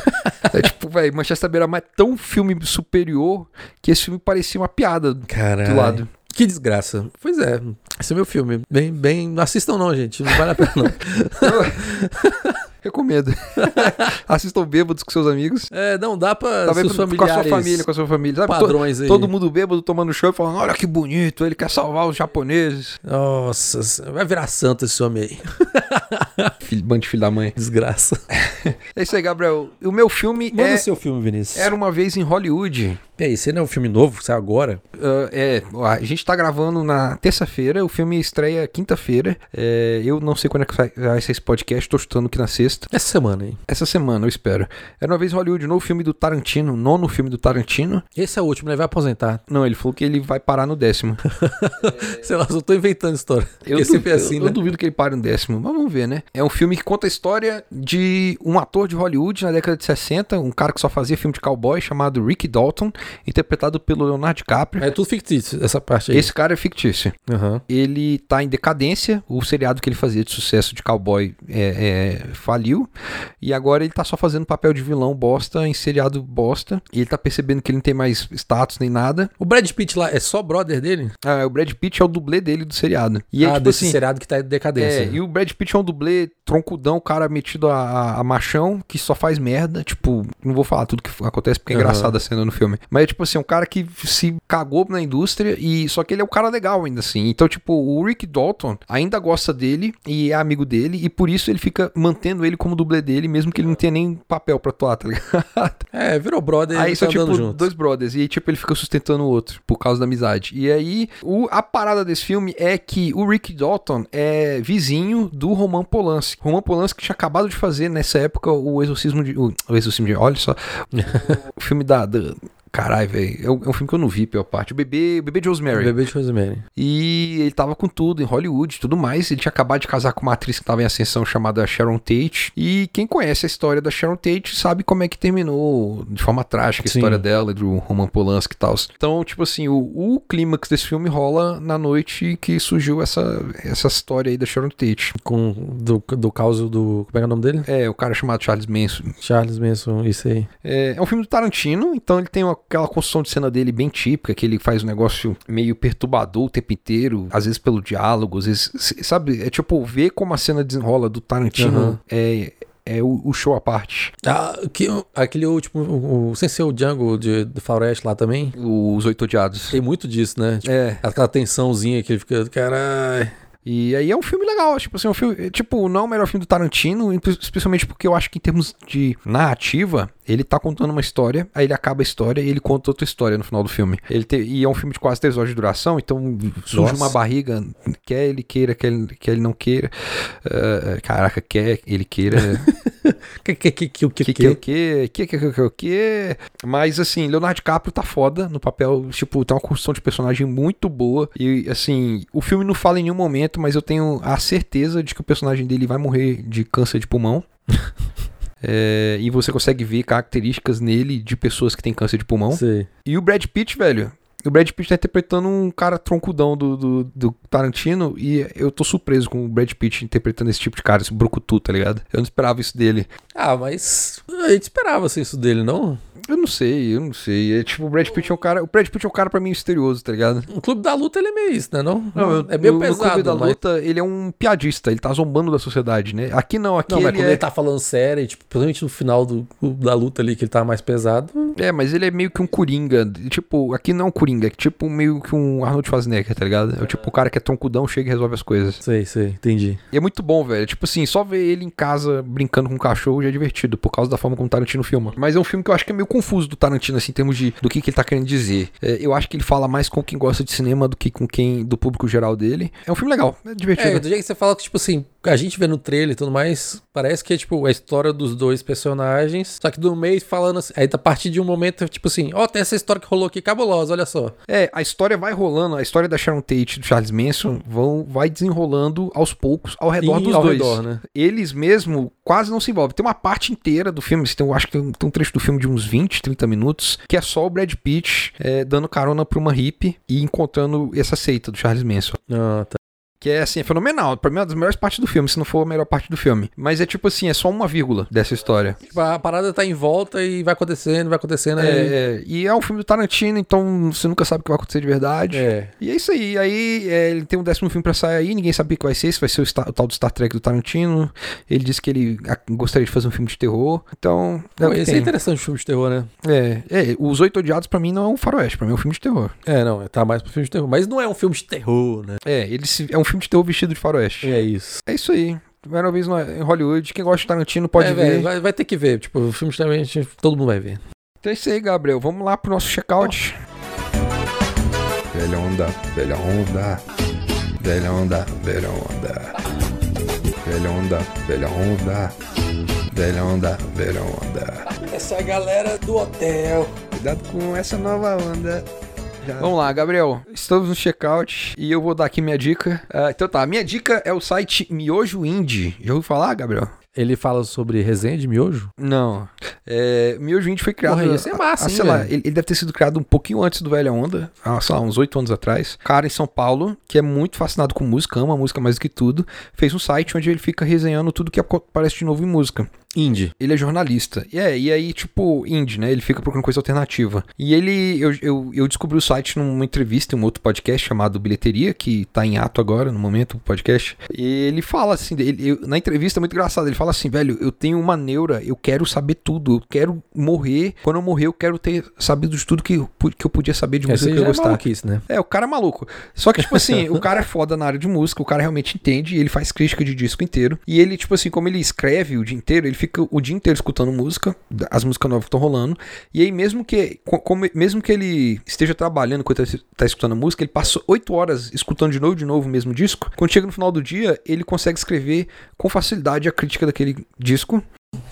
Speaker 1: é tipo, velho, Manchester à Beira-Mar é tão filme superior que esse filme parecia uma piada do
Speaker 2: Caralho.
Speaker 1: lado.
Speaker 2: Que desgraça. Pois é, esse é meu filme. Bem, bem, não assistam não, gente. Não vale a pena não.
Speaker 1: Recomendo. Assistam bêbados com seus amigos.
Speaker 2: É, não dá pra
Speaker 1: Talvez
Speaker 2: seus
Speaker 1: com a sua
Speaker 2: familiares.
Speaker 1: família, com a sua família. Sabe? To-
Speaker 2: Padrões aí.
Speaker 1: Todo mundo bêbado tomando show e falando: olha que bonito, ele quer salvar os japoneses.
Speaker 2: Nossa, vai virar santo esse homem aí.
Speaker 1: Filho, bando de filho da mãe.
Speaker 2: Desgraça.
Speaker 1: É isso aí, Gabriel. O meu filme
Speaker 2: Manda
Speaker 1: é
Speaker 2: o seu filme, Vinícius.
Speaker 1: Era Uma Vez em Hollywood.
Speaker 2: E aí, esse não é um filme novo, que sai agora?
Speaker 1: Ah, é, ó, a gente tá gravando na terça-feira, o filme estreia quinta-feira. É, eu não sei quando é que sai- vai ser esse podcast, tô chutando que na sexta.
Speaker 2: Essa semana, hein?
Speaker 1: Essa semana, eu espero. Era Uma Vez em Hollywood, novo filme do Tarantino, nono filme do Tarantino.
Speaker 2: Esse é o último, ele vai aposentar.
Speaker 1: Não, ele falou que ele vai parar no décimo.
Speaker 2: Sei lá, só tô inventando história.
Speaker 1: Eu,
Speaker 2: Porque sempre
Speaker 1: duvido,
Speaker 2: é assim,
Speaker 1: eu,
Speaker 2: né?
Speaker 1: eu duvido que ele pare no décimo, mas vamos ver, né? É um filme que conta a história de um ator de Hollywood na década de 60, um cara que só fazia filme de cowboy chamado Rick Dalton, interpretado pelo Leonardo DiCaprio.
Speaker 2: É tudo fictício, essa parte aí.
Speaker 1: Esse cara é fictício.
Speaker 2: Aham.
Speaker 1: Ele tá em decadência, o seriado que ele fazia de sucesso de cowboy é, é, faliu, e agora ele tá só fazendo papel de vilão bosta em seriado bosta, e ele tá percebendo que ele não tem mais status nem nada.
Speaker 2: O Brad Pitt lá é só brother dele?
Speaker 1: Ah, o Brad Pitt é o dublê dele do seriado. E é,
Speaker 2: ah,
Speaker 1: tipo
Speaker 2: desse
Speaker 1: assim,
Speaker 2: seriado que tá em decadência.
Speaker 1: É, e o Brad Pitt é um dublê troncudão, cara metido a, a- a machão, que só faz merda. Tipo, não vou falar tudo que f- acontece, porque é
Speaker 2: Aham.
Speaker 1: engraçada a cena no filme. Mas é tipo assim, um cara que se cagou na indústria, e só que ele é um cara legal ainda assim. Então, tipo, o Rick Dalton ainda gosta dele e é amigo dele, e por isso ele fica mantendo ele como dublê dele, mesmo que ele não tenha nem papel pra atuar, tá ligado?
Speaker 2: É, virou brother
Speaker 1: Aí
Speaker 2: e
Speaker 1: são
Speaker 2: tá
Speaker 1: tipo
Speaker 2: andando junto.
Speaker 1: dois brothers. E aí, tipo, ele fica sustentando o outro por causa da amizade. E aí, o- a parada desse filme é que o Rick Dalton é vizinho do Roman Polanski. Roman Polanski tinha acabado de fazer nessa época o Exorcismo de. O, o Exorcismo de. Olha só. o filme da. da Caralho, velho. É um é um filme que eu não vi, pior parte. O bebê, o bebê de Rosemary.
Speaker 2: Bebê de Rosemary.
Speaker 1: E ele tava com tudo, em Hollywood e tudo mais. Ele tinha acabado de casar com uma atriz que tava em ascensão chamada Sharon Tate. E quem conhece a história da Sharon Tate sabe como é que terminou de forma trágica a
Speaker 2: Sim.
Speaker 1: história dela, e do Roman Polanski e tal. Então, tipo assim, o, o clímax desse filme rola na noite que surgiu essa, essa história aí da Sharon Tate.
Speaker 2: Com, do, do caos do... Como é que é o nome dele?
Speaker 1: É, o cara chamado Charles Manson.
Speaker 2: Charles Manson, isso aí.
Speaker 1: É, é um filme do Tarantino, então ele tem uma- aquela construção de cena dele bem típica, que ele faz um negócio meio perturbador o tempo inteiro, às vezes pelo diálogo, às vezes, s- sabe? É tipo, ver como a cena desenrola do Tarantino
Speaker 2: Aham.
Speaker 1: é, é o, o show à parte.
Speaker 2: Ah, que, aquele último... O, o, sem ser o Django de, de Floresta lá também.
Speaker 1: Os Oito Odiados.
Speaker 2: Tem muito disso, né? Tipo,
Speaker 1: É,
Speaker 2: Aquela tensãozinha que ele fica... Caralho...
Speaker 1: e aí é um filme legal, tipo assim, um filme, é, tipo, não é o melhor filme do Tarantino, espe- especialmente porque eu acho que em termos de narrativa, ele tá contando uma história, aí ele acaba a história e ele conta outra história no final do filme. Ele te- e é um filme de quase três horas de duração, então surge
Speaker 2: Nossa.
Speaker 1: uma barriga, quer ele queira, quer ele, quer ele não queira, Ah, caraca, quer ele queira, né?
Speaker 2: Que, que, que, que, que,
Speaker 1: que que o que, que que que que que, mas assim, Leonardo DiCaprio tá foda no papel, tipo, tá uma construção de personagem muito boa e assim, o filme não fala em nenhum momento, mas eu tenho a certeza de que o personagem dele vai morrer de câncer de pulmão. É, e você consegue ver características nele de pessoas que têm câncer de pulmão.
Speaker 2: Sei.
Speaker 1: E o Brad Pitt, velho. O Brad Pitt tá interpretando um cara troncudão do, do, do Tarantino e eu tô surpreso com o Brad Pitt interpretando esse tipo de cara, esse brucutu, tá ligado? Eu não esperava isso dele.
Speaker 2: Ah, mas... A gente esperava ser isso dele, não?
Speaker 1: Eu não sei, eu não sei. É tipo, o Brad Pitt é um cara. O Brad Pitt é um cara pra mim misterioso, tá ligado?
Speaker 2: O Clube da Luta, ele é meio isso, né? Não, é
Speaker 1: bem
Speaker 2: meio
Speaker 1: No
Speaker 2: pesado,
Speaker 1: clube da
Speaker 2: mas...
Speaker 1: luta, ele é um piadista, ele tá zombando da sociedade, né? Aqui não, aqui
Speaker 2: Não, mas
Speaker 1: ele,
Speaker 2: quando
Speaker 1: é,
Speaker 2: ele tá falando sério, e, tipo, principalmente no final do, da luta ali, que ele tá mais pesado.
Speaker 1: é, mas ele é meio que um coringa. Tipo, aqui não é um coringa, é tipo meio que um Arnold Schwarzenegger, tá ligado? É o tipo o cara que é troncudão, chega e resolve as coisas.
Speaker 2: Sei, sei, entendi.
Speaker 1: E é muito bom, velho. Tipo assim, só ver ele em casa brincando com o cachorro já é divertido, por causa da forma como o Tarantino filma. Mas é um filme que eu acho que é meio confuso do Tarantino, assim, em termos de do que, que ele tá querendo dizer. É, eu acho que ele fala mais com quem gosta de cinema do que com quem do público geral dele. É um filme legal, é
Speaker 2: É,
Speaker 1: divertido.
Speaker 2: do jeito que você fala que, tipo assim, a gente vê no trailer e tudo mais, parece que é, tipo, a história dos dois personagens, só que do meio falando assim, aí tá a partir de um momento, tipo assim, ó, tem essa história que rolou aqui, cabulosa, olha só.
Speaker 1: É, a história vai rolando, a história da Sharon Tate e do Charles Manson vão, vai desenrolando aos poucos ao redor
Speaker 2: E
Speaker 1: dos
Speaker 2: ao
Speaker 1: dois.
Speaker 2: redor, né?
Speaker 1: eles mesmo quase não se envolvem. Tem uma parte inteira do filme, tem, eu acho que tem um, tem um trecho do filme de uns 20, 30 minutos, que é só o Brad Pitt eh, dando carona pra uma hippie e encontrando essa seita do Charles Manson.
Speaker 2: Ah, tá.
Speaker 1: Que é assim, é fenomenal. Pra mim é uma das melhores partes do filme, se não for a melhor parte do filme. Mas é tipo assim, é só uma vírgula dessa história.
Speaker 2: Tipo, a parada tá em volta e vai acontecendo, vai acontecendo, aí...
Speaker 1: É, e é um filme do Tarantino, então você nunca sabe o que vai acontecer de verdade.
Speaker 2: É.
Speaker 1: E é isso aí. Aí é, ele tem um décimo filme pra sair aí, ninguém sabe o que vai ser, se vai ser o, Star- o tal do Star Trek do Tarantino. Ele disse que ele ah, gostaria de fazer um filme de terror. Então, é o
Speaker 2: Pô,
Speaker 1: que
Speaker 2: esse é
Speaker 1: tem.
Speaker 2: interessante, filme de terror, né?
Speaker 1: É, é, Os Oito Odiados pra mim não é um faroeste, pra mim é um filme de terror.
Speaker 2: É, não, tá mais pro filme de terror. Mas não é um filme de terror, né?
Speaker 1: É, ele se- é um filme de terror vestido de faroeste.
Speaker 2: É isso.
Speaker 1: É, isso aí. Primeira vez no- em Hollywood, quem gosta de Tarantino pode
Speaker 2: É,
Speaker 1: ver.
Speaker 2: velho, vai, vai ter que ver. Tipo, o filme de terror, a gente- todo mundo vai ver.
Speaker 1: Então é isso aí, Gabriel. Vamos lá pro nosso check-out. Velha onda, velha onda. Velha onda, velha onda. Velha onda, velha onda. Velha onda, velha onda.
Speaker 2: Essa é galera do hotel.
Speaker 1: Cuidado com essa nova onda. Vamos lá, Gabriel. Estamos no check-out e eu vou dar aqui minha dica. Ah, então tá, a minha dica é o site Miojo Indie. Já ouviu falar, Gabriel?
Speaker 2: Ele fala sobre resenha de miojo?
Speaker 1: Não. É, Miojo Indie foi criado.
Speaker 2: Porra, esse é massa,
Speaker 1: ah,
Speaker 2: hein,
Speaker 1: sei lá,
Speaker 2: velho?
Speaker 1: ele, ele deve ter sido criado um pouquinho antes do Velha Onda, ah, sei lá, uns oito anos atrás. Cara em São Paulo, que é muito fascinado com música, ama música mais do que tudo, fez um site onde ele fica resenhando tudo que aparece de novo em música.
Speaker 2: Indie.
Speaker 1: Ele é jornalista. E, é, e aí, tipo, indie, né? Ele fica procurando coisa alternativa. E ele. Eu, eu, eu descobri o site numa entrevista em um outro podcast chamado Bilheteria, que tá em ato agora, no momento, o podcast. E ele fala assim, ele- eu- na entrevista é muito engraçado. Ele fala assim, velho, eu tenho uma neura, eu quero saber tudo. Eu quero morrer. Quando eu morrer, eu quero ter sabido de tudo que, eu pu- que eu podia saber de música
Speaker 2: Esse
Speaker 1: que eu
Speaker 2: já é
Speaker 1: gostava.
Speaker 2: maluquice, né?
Speaker 1: É, o cara é maluco. Só que, tipo assim, o cara é foda na área de música, o cara realmente entende, e ele faz crítica de disco inteiro. E ele, tipo assim, como ele escreve o dia inteiro, ele fica o dia inteiro escutando música, da- as músicas novas que estão rolando. E aí, mesmo que, co- como- mesmo que ele esteja trabalhando enquanto ele tá escutando música, ele passa oito horas escutando de novo de novo o mesmo disco. Quando chega no final do dia, ele consegue escrever com facilidade a crítica daquele disco.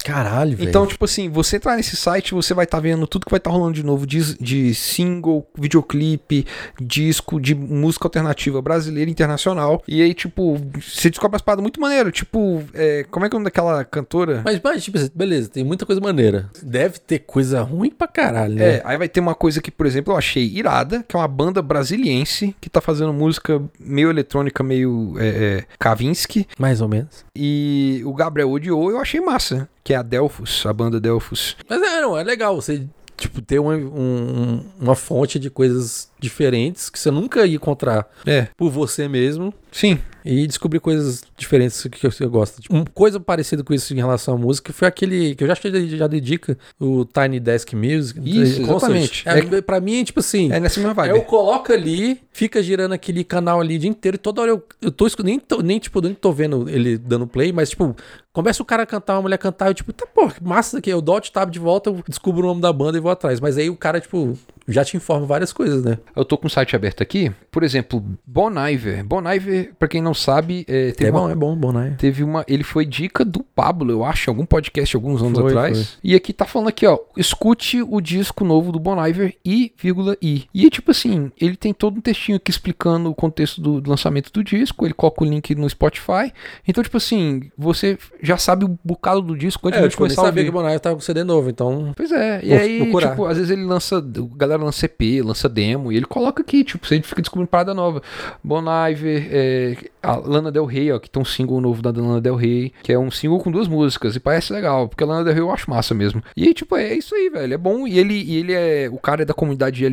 Speaker 2: Caralho, velho.
Speaker 1: Então, tipo assim, você entrar nesse site, você vai estar vendo tudo que vai estar rolando de novo de, de single, videoclipe, disco, de música alternativa brasileira e internacional. E aí, tipo, você descobre umas paradas muito maneiras. Tipo, é, como é que é o nome daquela cantora?
Speaker 2: Mas, mas, tipo, beleza, tem muita coisa maneira. Deve ter coisa ruim pra caralho, né?
Speaker 1: É, aí vai ter uma coisa que, por exemplo, eu achei irada, que é uma banda brasiliense que tá fazendo música meio eletrônica, meio é, é, Kavinsky.
Speaker 2: Mais ou menos.
Speaker 1: E o Gabriel odiou, eu achei massa, que é a Delphos, a banda Delphos.
Speaker 2: Mas é, não, é legal você, tipo, ter uma, um- uma fonte de coisas diferentes que você nunca ia encontrar
Speaker 1: É,
Speaker 2: por você mesmo
Speaker 1: sim.
Speaker 2: e descobrir coisas diferentes que você gosta. Tipo, uma coisa parecida com isso em relação à música foi aquele que eu já acho que eu já dedica, o Tiny Desk Music.
Speaker 1: Isso,
Speaker 2: Concert.
Speaker 1: exatamente.
Speaker 2: É, pra mim, é tipo assim...
Speaker 1: É nessa mesma vibe.
Speaker 2: Eu coloco ali, fica girando aquele canal ali o dia inteiro, e toda hora eu, eu tô escutando, nem, tô- nem, tipo, nem tô vendo ele dando play, mas tipo, começa o cara a cantar, uma mulher cantar, eu tipo, tá, pô, que massa que eu dou alt tab de volta, eu descubro o nome da banda e vou atrás. Mas aí o cara, tipo, já te informa várias coisas, né?
Speaker 1: Eu tô com o site aberto aqui. Por exemplo, Bon Iver. Bon Iver, pra quem não sabe, é, teve,
Speaker 2: é
Speaker 1: uma,
Speaker 2: bom, é bom, bom, né?
Speaker 1: teve uma- Ele foi dica do Pablo, eu acho, em algum podcast alguns anos
Speaker 2: Foi,
Speaker 1: atrás. E aqui tá falando aqui, ó. Escute o disco novo do Bon Iver e vírgula I. E tipo assim, ele tem todo um textinho aqui explicando o contexto do, do lançamento do disco. Ele coloca o link no Spotify. Então, tipo assim, você já sabe o bocado do disco antes
Speaker 2: É, eu
Speaker 1: de
Speaker 2: tipo, nem
Speaker 1: começar a
Speaker 2: sabia
Speaker 1: ouvir.
Speaker 2: que o Bonaire tava com CD novo, então.
Speaker 1: Pois é, e
Speaker 2: Vou
Speaker 1: aí,
Speaker 2: procurar.
Speaker 1: tipo, às vezes ele lança, a galera lança EP, lança demo, e ele coloca aqui, tipo, você fica descobrindo parada nova. Bon Iver, é, a Lana Del Rey, ó, que tem um single novo da Lana Del Rey, que é um single com duas músicas, e parece legal, porque a Lana Del Rey eu acho massa mesmo. E aí, tipo, é isso aí, velho, é bom, e ele, e ele é, o cara é da comunidade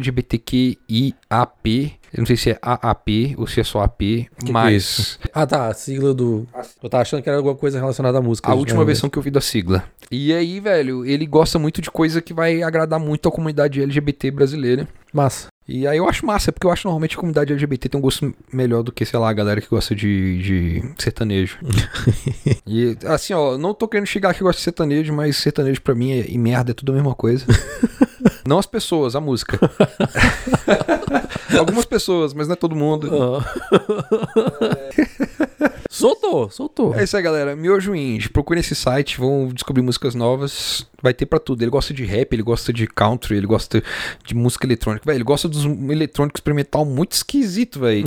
Speaker 1: LGBTQIAP, eu não sei se é AAP ou se é só AP,
Speaker 2: que é
Speaker 1: mas...
Speaker 2: Ah, tá, a sigla do. Eu tava achando que era alguma coisa relacionada à música.
Speaker 1: A última
Speaker 2: né?
Speaker 1: versão que eu vi da sigla. E aí, velho, ele gosta muito de coisa que vai agradar muito a comunidade LGBT brasileira.
Speaker 2: Massa.
Speaker 1: E aí eu acho massa, porque eu acho normalmente a comunidade LGBT tem um gosto melhor do que, sei lá, a galera que gosta de, de sertanejo. e assim, ó, não tô querendo chegar que eu gosto de sertanejo, mas sertanejo pra mim é, e merda é tudo a mesma coisa. não as pessoas, a música. Algumas pessoas, mas não é todo mundo.
Speaker 2: soltou, soltou.
Speaker 1: É isso aí, galera. Miojo Indie. Procurem esse site, vão descobrir músicas novas. Vai ter pra tudo. Ele gosta de rap, ele gosta de country, ele gosta de música eletrônica. Velho, ele gosta dos eletrônicos experimental muito esquisito, velho.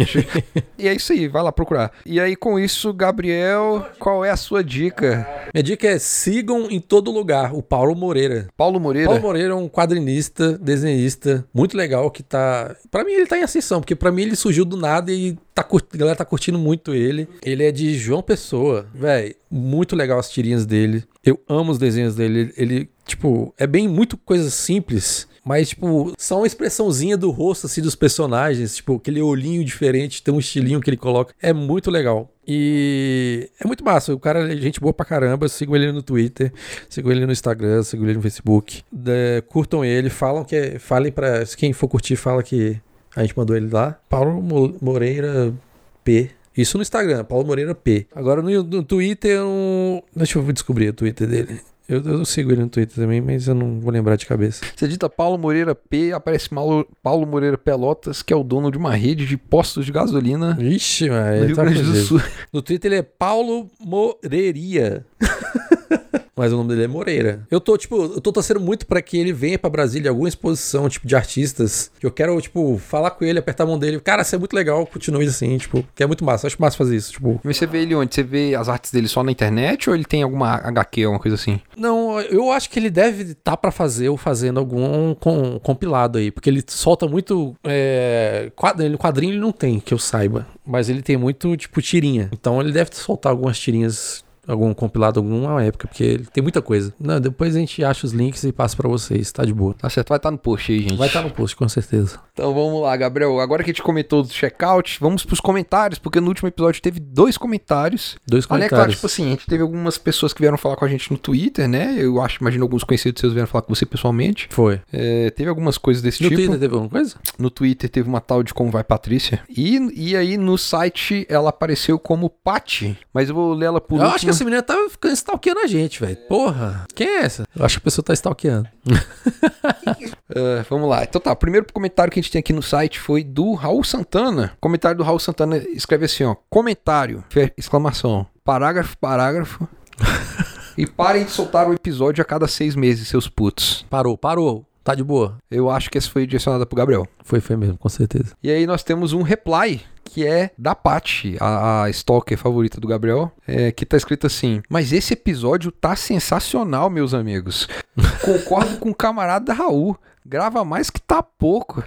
Speaker 1: e é isso aí, vai lá procurar. E aí, com isso, Gabriel, qual é a sua dica?
Speaker 2: Minha dica é sigam em todo lugar o Paulo Moreira.
Speaker 1: Paulo Moreira.
Speaker 2: Paulo Moreira é um quadrinista, desenhista, muito legal que tá. Pra mim ele tá em ascensão, porque pra mim ele surgiu do nada e tá cur... a galera tá curtindo muito ele. Ele é de João Pessoa, velho, muito legal as tirinhas dele. Eu amo os desenhos dele. Ele, tipo, é bem muito coisa simples, mas tipo, só uma expressãozinha do rosto assim dos personagens, tipo, aquele olhinho diferente, tem um estilinho que ele coloca. É muito legal. E é muito massa. O cara é gente boa pra caramba. Sigam ele no Twitter, sigam ele no Instagram, sigam ele no Facebook. Da- curtam ele, falam que. Falem pra. se Quem for curtir, fala que a gente mandou ele lá. Paulo Mo- Moreira P. Isso no Instagram, Paulo Moreira P. Agora no, no Twitter eu não. Deixa eu descobrir o Twitter dele. Eu, eu sigo ele no Twitter também, mas eu não vou lembrar de cabeça.
Speaker 1: Você digita Paulo Moreira P, aparece Paulo, Paulo Moreira Pelotas, que é o dono de uma rede de postos de gasolina
Speaker 2: Ixi, tá
Speaker 1: no
Speaker 2: mas.
Speaker 1: Rio Grande do Sul.
Speaker 2: No Twitter ele é Paulo Moreria. Mas o nome dele é Moreira. Eu tô, tipo, eu tô torcendo muito pra que ele venha pra Brasília, alguma exposição, tipo, de artistas. Que eu quero, tipo, falar com ele, apertar a mão dele. Cara, isso é muito legal, continue assim, tipo, que é muito massa. Acho massa fazer isso, tipo.
Speaker 1: Mas você vê ele onde? Você vê as artes dele só na internet ou ele tem alguma HQ, alguma coisa assim?
Speaker 2: Não, eu acho que ele deve estar tá pra fazer ou fazendo algum com- compilado aí, porque ele solta muito. É, quadrinho, quadrinho ele não tem, que eu saiba. Mas ele tem muito, tipo, tirinha. Então ele deve soltar algumas tirinhas. Algum compilado, alguma época, porque ele tem muita coisa. Não, depois a gente acha os links e passa pra vocês, tá de boa.
Speaker 1: Tá certo, vai estar no post aí, gente.
Speaker 2: Vai estar no post, com certeza.
Speaker 1: Então vamos lá, Gabriel. Agora que a gente comentou do checkout, vamos pros comentários, porque no último episódio teve dois comentários.
Speaker 2: Dois
Speaker 1: Olha, é claro,
Speaker 2: comentários.
Speaker 1: tipo assim, a gente teve algumas pessoas que vieram falar com a gente no Twitter, né? Eu acho, imagino alguns conhecidos seus vieram falar com você pessoalmente.
Speaker 2: Foi.
Speaker 1: É, teve algumas coisas desse
Speaker 2: No
Speaker 1: tipo.
Speaker 2: Twitter teve alguma coisa?
Speaker 1: No Twitter teve uma tal de Como Vai Patrícia. E, e aí no site ela apareceu como Pati, mas eu vou ler ela por
Speaker 2: eu
Speaker 1: último.
Speaker 2: acho que essa menina tá ficando stalkeando a gente, velho. Porra, quem é essa? Eu acho que a pessoa tá stalkeando.
Speaker 1: Ah, vamos lá. Então tá, o primeiro comentário que a gente tem aqui no site foi do Raul Santana. O comentário do Raul Santana escreve assim, ó. Comentário, fe- exclamação, parágrafo, parágrafo. e parem de soltar o episódio a cada seis meses, seus putos.
Speaker 2: Parou, parou. Tá de boa.
Speaker 1: Eu acho que essa foi direcionada pro Gabriel.
Speaker 2: Foi, foi mesmo, com certeza.
Speaker 1: E aí nós temos um reply, que é da Paty, a, a stalker favorita do Gabriel, é, que tá escrito assim: Mas esse episódio tá sensacional, meus amigos. Concordo com o camarada Raul. Grava mais que tá pouco.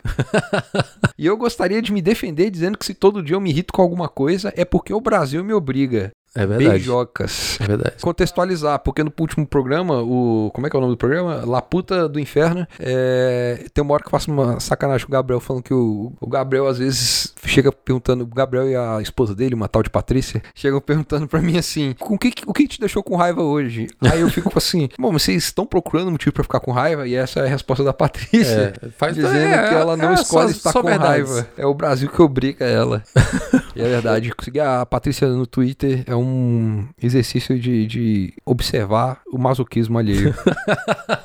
Speaker 1: e eu gostaria de me defender dizendo que se todo dia eu me irrito com alguma coisa, é porque o Brasil me obriga.
Speaker 2: É verdade.
Speaker 1: Beijocas.
Speaker 2: É verdade.
Speaker 1: Contextualizar, porque no último programa, o. Como é que é o nome do programa? La Puta do Inferno. é, tem uma hora que eu faço uma sacanagem com o Gabriel, falando que o, o Gabriel às vezes chega perguntando. O Gabriel e a esposa dele, uma tal de Patrícia, chegam perguntando pra mim assim: com que, o que te deixou com raiva hoje? Aí eu fico assim: bom, mas vocês estão procurando um motivo pra ficar com raiva? E essa é a resposta da Patrícia.
Speaker 2: É, faz
Speaker 1: Dizendo
Speaker 2: é,
Speaker 1: que ela não
Speaker 2: é,
Speaker 1: escolhe
Speaker 2: só-
Speaker 1: estar
Speaker 2: só
Speaker 1: com
Speaker 2: verdades.
Speaker 1: raiva. É o Brasil que obriga ela. e é verdade. Seguir a Patrícia no Twitter é um exercício de, de observar o masoquismo alheio.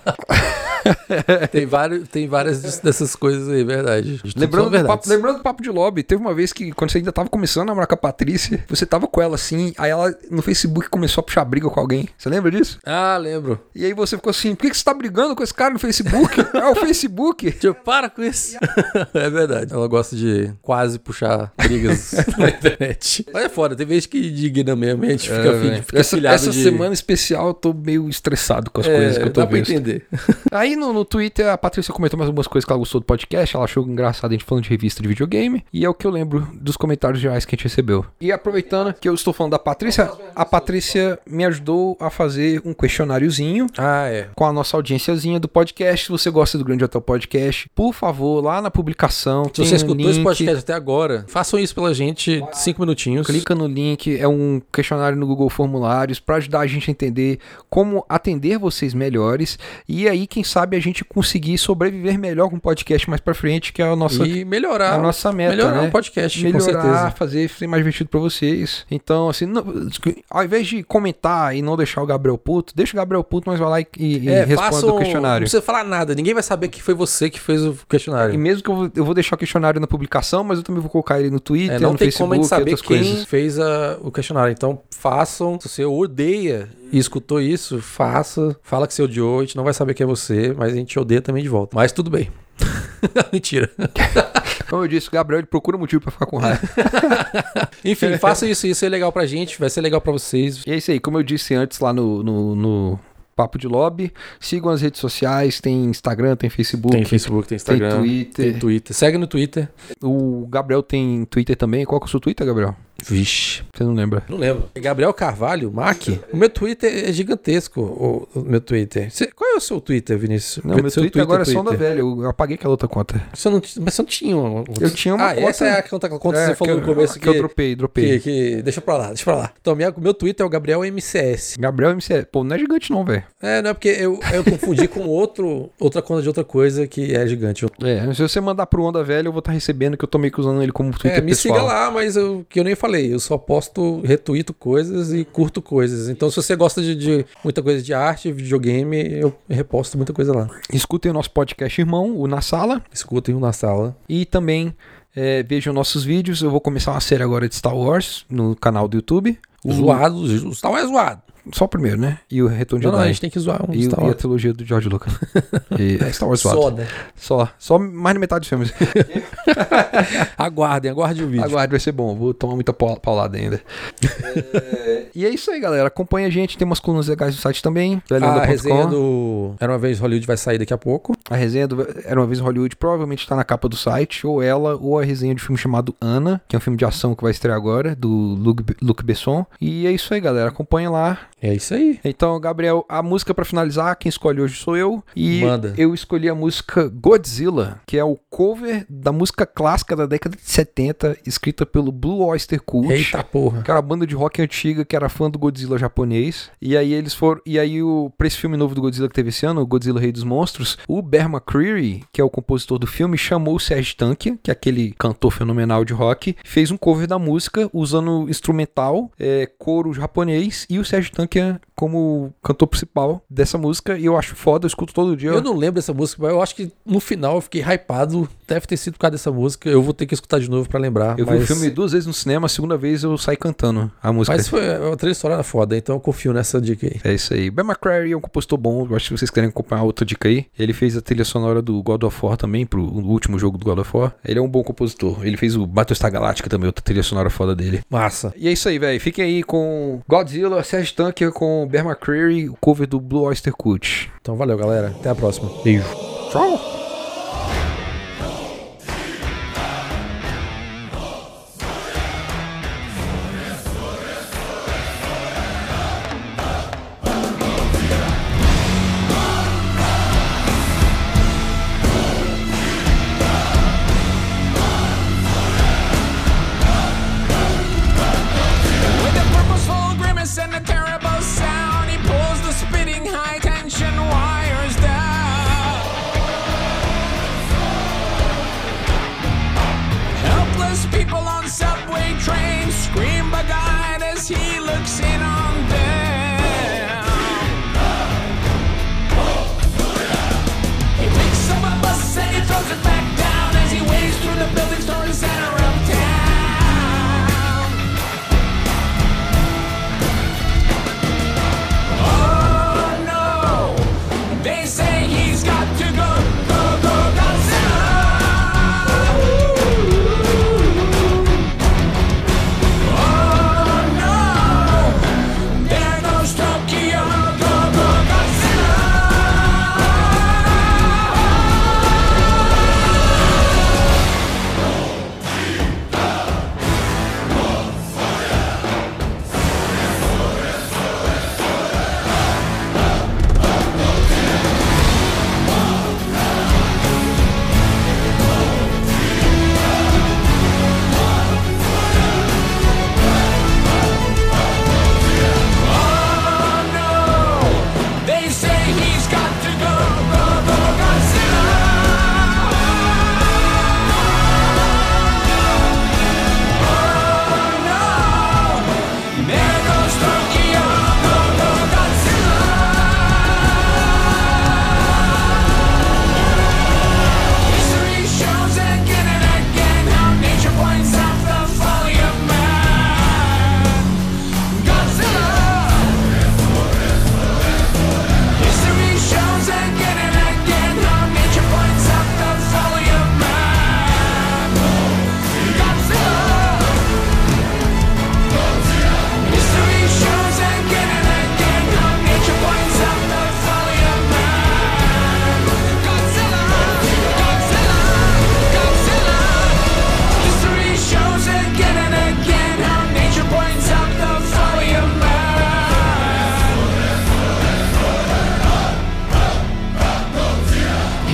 Speaker 2: É, Tem, vários, tem várias des- dessas coisas aí, verdade. De tudo
Speaker 1: lembrando, do
Speaker 2: são verdades.
Speaker 1: papo, lembrando do papo de lobby, teve uma vez que, quando você ainda tava começando a namorar com a Patrícia, você tava com ela assim, aí ela no Facebook começou a puxar briga com alguém. Você lembra disso?
Speaker 2: Ah, lembro.
Speaker 1: E aí você ficou assim: por que, que você tá brigando com esse cara no Facebook? é o Facebook.
Speaker 2: Tio, para com isso. é verdade. Ela gosta de quase puxar brigas na internet. Mas é foda, tem vezes que indigna mesmo, a gente fica,
Speaker 1: É,
Speaker 2: fi-
Speaker 1: velho.
Speaker 2: fica
Speaker 1: essa
Speaker 2: filhado
Speaker 1: essa
Speaker 2: de...
Speaker 1: semana especial eu tô meio estressado com as
Speaker 2: É,
Speaker 1: coisas que eu tô
Speaker 2: dá pra
Speaker 1: vendo.
Speaker 2: entender.
Speaker 1: Aí no, no Twitter a Patrícia comentou mais algumas coisas que ela gostou do podcast, ela achou engraçado a gente falando de revista de videogame, e é o que eu lembro dos comentários gerais que a gente recebeu. E aproveitando que eu estou falando da Patrícia, a Patrícia me ajudou a fazer um questionáriozinho
Speaker 2: Ah, é.
Speaker 1: com a nossa audiênciazinha do podcast. Se você gosta do Grande Hotel Podcast, por favor, lá na publicação,
Speaker 2: Se
Speaker 1: tem
Speaker 2: você
Speaker 1: um
Speaker 2: escutou esse
Speaker 1: link.
Speaker 2: podcast até agora, façam isso pela gente, cinco minutinhos.
Speaker 1: Clica no link, é um questionário no Google Formulários para ajudar a gente a entender como atender vocês melhores e aí quem sabe a gente conseguir sobreviver melhor com o podcast mais para frente, que é a nossa
Speaker 2: e
Speaker 1: é
Speaker 2: melhorar.
Speaker 1: a nossa meta,
Speaker 2: melhorar
Speaker 1: né?
Speaker 2: o podcast,
Speaker 1: melhorar,
Speaker 2: com certeza.
Speaker 1: fazer ser mais divertido pra vocês. Então, assim, não- ao invés de comentar e não deixar o Gabriel puto, deixa o Gabriel puto, mas vai lá e, e
Speaker 2: É, um
Speaker 1: responda
Speaker 2: façam-
Speaker 1: o questionário.
Speaker 2: Não precisa falar nada, ninguém vai saber que foi você que fez o
Speaker 1: E
Speaker 2: questionário.
Speaker 1: mesmo que eu vou, eu vou deixar o questionário na publicação, mas eu também vou colocar ele no Twitter,
Speaker 2: É, não
Speaker 1: no
Speaker 2: tem
Speaker 1: um Facebook,
Speaker 2: como a gente saber
Speaker 1: outras
Speaker 2: quem
Speaker 1: coisas.
Speaker 2: fez a- o questionário. Então, façam. Se você odeia e escutou isso, faça. Fala que você odiou. A gente não vai saber que é você, mas a gente odeia também de volta. Mas tudo bem. Mentira.
Speaker 1: Como eu disse, o Gabriel ele procura um motivo pra ficar com raiva.
Speaker 2: Enfim, faça isso. Isso é legal pra gente, vai ser legal pra vocês.
Speaker 1: E é isso aí, como eu disse antes lá no, no, no Papo de Lobby, sigam as redes sociais, tem Instagram, tem Facebook,
Speaker 2: Tem
Speaker 1: tem,
Speaker 2: Facebook, tem Instagram, tem Twitter.
Speaker 1: Twitter.
Speaker 2: Segue no Twitter.
Speaker 1: O Gabriel tem Twitter também. Qual que é o seu Twitter, Gabriel?
Speaker 2: Vixe.
Speaker 1: Você não lembra?
Speaker 2: Não lembro. Gabriel Carvalho, Mac. O meu Twitter é gigantesco. O, o meu Twitter. Cê- qual é o seu Twitter, Vinícius?
Speaker 1: Não,
Speaker 2: O
Speaker 1: meu Twitter, agora é só da velha. Eu apaguei aquela outra conta.
Speaker 2: Você não, t- mas você não tinha uma.
Speaker 1: Eu tinha uma
Speaker 2: ah,
Speaker 1: conta-
Speaker 2: essa é a conta, conta que
Speaker 1: É,
Speaker 2: você falou
Speaker 1: que
Speaker 2: no
Speaker 1: eu-
Speaker 2: começo
Speaker 1: que eu dropei, dropei.
Speaker 2: que, que- deixa pra lá, deixa pra lá. Então, minha, meu Twitter é o Gabriel MCS.
Speaker 1: Gabriel MC. Pô, não é gigante não, velho.
Speaker 2: É, não é porque eu, eu confundi com outro, outra conta de outra coisa que é gigante.
Speaker 1: É, se você mandar pro Onda Velha, eu vou estar recebendo, que eu tô meio que usando ele como Twitter
Speaker 2: É, me
Speaker 1: pessoal.
Speaker 2: siga lá, mas eu, que eu nem falei, eu só posto, retuito coisas e curto coisas. Então, se você gosta de, de muita coisa de arte, videogame, eu reposto muita coisa lá.
Speaker 1: Escutem o nosso podcast irmão, o Na Sala,
Speaker 2: Escutem um na sala.
Speaker 1: e também é, vejam nossos
Speaker 2: Uhum.
Speaker 1: vídeos. Eu vou começar uma série agora de Star Wars no canal do YouTube. O-
Speaker 2: Zoado, o tal é zoado.
Speaker 1: Só o primeiro, né? E o Retorno de
Speaker 2: Não, não, a
Speaker 1: Jedi.
Speaker 2: gente tem que zoar um
Speaker 1: e,
Speaker 2: Star
Speaker 1: o- e a
Speaker 2: Wars.
Speaker 1: trilogia do George Lucas. E é Star Wars
Speaker 2: Só,
Speaker 1: zoado.
Speaker 2: né?
Speaker 1: Só. Só mais da metade dos filmes.
Speaker 2: Aguardem, aguardem o vídeo.
Speaker 1: Aguarde, vai ser bom. Vou tomar muita pau- paulada ainda. É, e é isso aí, galera. Acompanha a gente. Tem umas colunas legais no site também.
Speaker 2: A
Speaker 1: velhoanda.com.
Speaker 2: resenha do Era Uma Vez Hollywood vai sair daqui a pouco.
Speaker 1: A resenha do Era Uma Vez em Hollywood provavelmente está na capa do site, ou ela, ou a resenha de um filme chamado Ana, que é um filme de ação que vai estrear agora, do Luc, Luc Besson. E é isso aí, galera. Acompanha lá.
Speaker 2: É isso aí.
Speaker 1: Então, Gabriel, a música pra finalizar, quem escolhe hoje sou eu. E
Speaker 2: Manda.
Speaker 1: eu escolhi a música Godzilla, que é o cover da música clássica da década de 70, escrita pelo Blue Oyster Cult.
Speaker 2: Eita porra.
Speaker 1: Que era uma banda de rock antiga que era fã do Godzilla japonês. E aí eles foram. E aí, o, pra esse filme novo do Godzilla que teve esse ano, o Godzilla Rei dos Monstros, o Berma Creary, que é o compositor do filme, chamou o Serge Tankian, que é aquele cantor fenomenal de rock, fez um cover da música usando instrumental, é, coro japonês e o Serge Tankian como cantor principal dessa música. E eu acho foda, eu escuto todo dia.
Speaker 2: Eu não lembro dessa música, mas eu acho que no final eu fiquei hypado. Deve ter sido por causa dessa música. Eu vou ter que escutar de novo pra lembrar.
Speaker 1: Eu vi
Speaker 2: mas-
Speaker 1: o filme duas vezes no cinema, a segunda vez eu saí cantando a música.
Speaker 2: Mas foi é uma trilha sonora foda, então eu confio nessa dica aí.
Speaker 1: É isso aí. Ben McCrary é um compositor bom. Eu acho que vocês querem acompanhar outra dica aí. Ele fez a trilha sonora do God of War também, pro o último jogo do God of War. Ele é um bom compositor. Ele fez o Battlestar Galactica também, outra trilha sonora foda dele.
Speaker 2: Massa.
Speaker 1: E é isso aí, velho. Fiquem aí com Godzilla, Serge Tanker com Ben McCrary, o cover do Blue Oyster Cult.
Speaker 2: Então valeu, galera. Até a próxima. Beijo.
Speaker 1: Tchau!
Speaker 3: With a purposeful grimace and a terrible sound, he pulls the spitting high tension wires down. Helpless people on subway trains scream bug-eyed as he looks in on them. He picks up a bus and he throws it back down as he waves through the buildings toward the center of town. Oh no! They say he's got to go, go, go, Godzilla! Oh no! There goes Tokyo, go, go, Godzilla! no! They say he's got to go, go, go, Godzilla! Oh no! There goes Tokyo, go, go, Godzilla! History shows again and again how nature points out the folly of man. Godzilla! History shows again and again how nature points out the folly of man. Godzilla. History shows again and again how nature points out the folly of man. Godzilla. Godzilla. Godzilla. History shows again and again how nature points out the folly of man.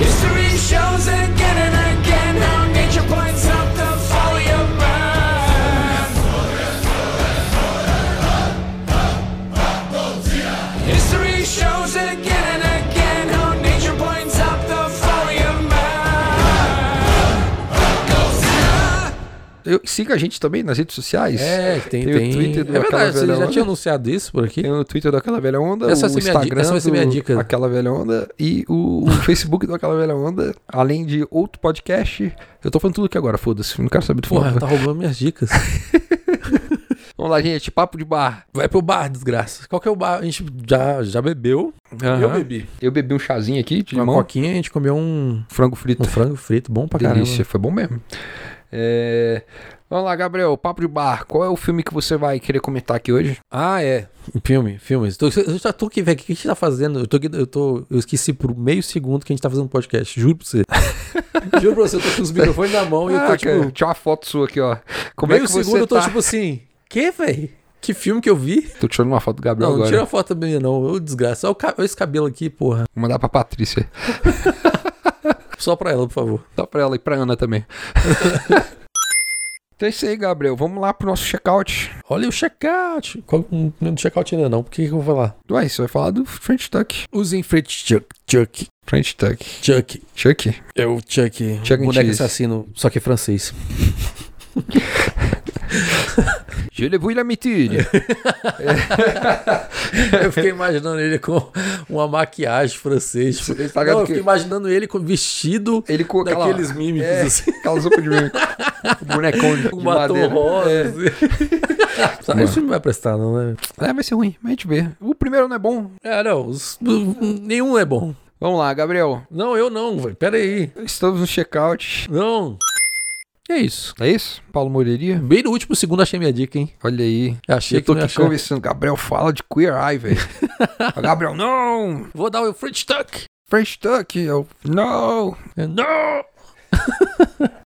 Speaker 3: History shows again and again how nature points out the folly of man. History shows again and again how nature points out the folly of man. Godzilla.
Speaker 1: Eu, siga a gente também nas redes sociais.
Speaker 2: É, tem,
Speaker 1: Tem
Speaker 2: tem.
Speaker 1: o Twitter do
Speaker 2: é
Speaker 1: Aquela
Speaker 2: verdade, você
Speaker 1: Velha
Speaker 2: já
Speaker 1: Onda.
Speaker 2: tinha anunciado isso por aqui?
Speaker 1: Tem o Twitter do Aquela Velha Onda,
Speaker 2: Essa vai
Speaker 1: o
Speaker 2: ser minha di-
Speaker 1: Instagram
Speaker 2: essa vai ser minha
Speaker 1: do
Speaker 2: dica.
Speaker 1: Aquela Velha Onda e o, o Facebook do Aquela Velha Onda, além de outro podcast. Eu tô falando tudo aqui agora, foda-se. Não quero saber do
Speaker 2: Porra,
Speaker 1: foda.
Speaker 2: tá roubando minhas dicas.
Speaker 1: Bom, Vamos lá, gente, papo de bar.
Speaker 2: Vai pro bar, desgraça. Qual que é o bar? A gente já, já bebeu. Eu
Speaker 1: Aham.
Speaker 2: bebi.
Speaker 1: Eu bebi um chazinho aqui de
Speaker 2: Uma
Speaker 1: limão,
Speaker 2: coquinha, a gente comeu um,
Speaker 1: frango frito.
Speaker 2: um frango frito bom pra caramba.
Speaker 1: Delícia, foi bom mesmo. É, Vamos lá, Gabriel, papo de bar. Qual é o filme que você vai querer comentar aqui hoje?
Speaker 2: Ah, é. Filme, filmes. Tô- Eu já tô aqui, velho. O que a gente tá fazendo? Eu, tô, aqui- eu, tô, eu esqueci por meio segundo que a gente tá fazendo podcast. Juro pra você. Juro pra você, eu tô com os microfones na mão e eu tô,
Speaker 1: Ah, cara,
Speaker 2: tipo,
Speaker 1: Tinha uma foto sua aqui, ó. Como
Speaker 2: meio
Speaker 1: é que você
Speaker 2: segundo eu tô,
Speaker 1: tá?
Speaker 2: tipo assim, que, velho? Que filme que eu vi?
Speaker 1: Tô tirando uma foto do Gabriel
Speaker 2: Não, não
Speaker 1: agora.
Speaker 2: tira a foto minha, não. Ô, desgraça. Olha o ca- olha esse cabelo aqui, porra.
Speaker 1: Vou mandar pra Patrícia.
Speaker 2: Só pra ela, por favor.
Speaker 1: Só pra ela e pra Ana também. então é isso aí, Gabriel. Vamos lá pro nosso check-out.
Speaker 2: Olha o checkout. Qual, não, não check-out ainda não. Por que, que eu vou falar?
Speaker 1: Ué, você vai falar do French Tuck.
Speaker 2: Usem Fred Chuck. Chuck.
Speaker 1: French Tuck.
Speaker 2: Chuck.
Speaker 1: Chuck?
Speaker 2: É o Chuck.
Speaker 1: Chuck and
Speaker 2: boneco
Speaker 1: Cheese.
Speaker 2: assassino, só que francês.
Speaker 1: Je le vous la méthode.
Speaker 2: É. Eu fiquei imaginando ele com uma maquiagem francês. tipo.
Speaker 1: Ele tá
Speaker 2: Não, eu
Speaker 1: ligado que-
Speaker 2: fiquei imaginando ele com vestido
Speaker 1: Ele com aquela...
Speaker 2: daqueles mímicos,
Speaker 1: É,
Speaker 2: assim.
Speaker 1: aquela sopa de mim. O bonecão de,
Speaker 2: Com
Speaker 1: de
Speaker 2: batom
Speaker 1: madeira.
Speaker 2: rosa. assim. Sabe, Esse filme não vai prestar, não, né?
Speaker 1: É, vai ser ruim, mas a gente vê. O primeiro não é bom.
Speaker 2: É, não. os- nenhum é bom.
Speaker 1: Vamos lá, Gabriel.
Speaker 2: Não, eu não, velho. Pera aí.
Speaker 1: Estamos no check-out.
Speaker 2: Não. É isso.
Speaker 1: É isso? Paulo Moreira?
Speaker 2: Bem no último segundo achei minha dica, hein?
Speaker 1: Olha aí.
Speaker 2: Eu achei
Speaker 1: eu tô
Speaker 2: que não ia
Speaker 1: aqui
Speaker 2: achar.
Speaker 1: conversando. Gabriel fala de Queer Eye, velho. Gabriel, não!
Speaker 2: Vou dar o French Tuck. É,
Speaker 1: French Tuck. Eu, não!
Speaker 2: Não!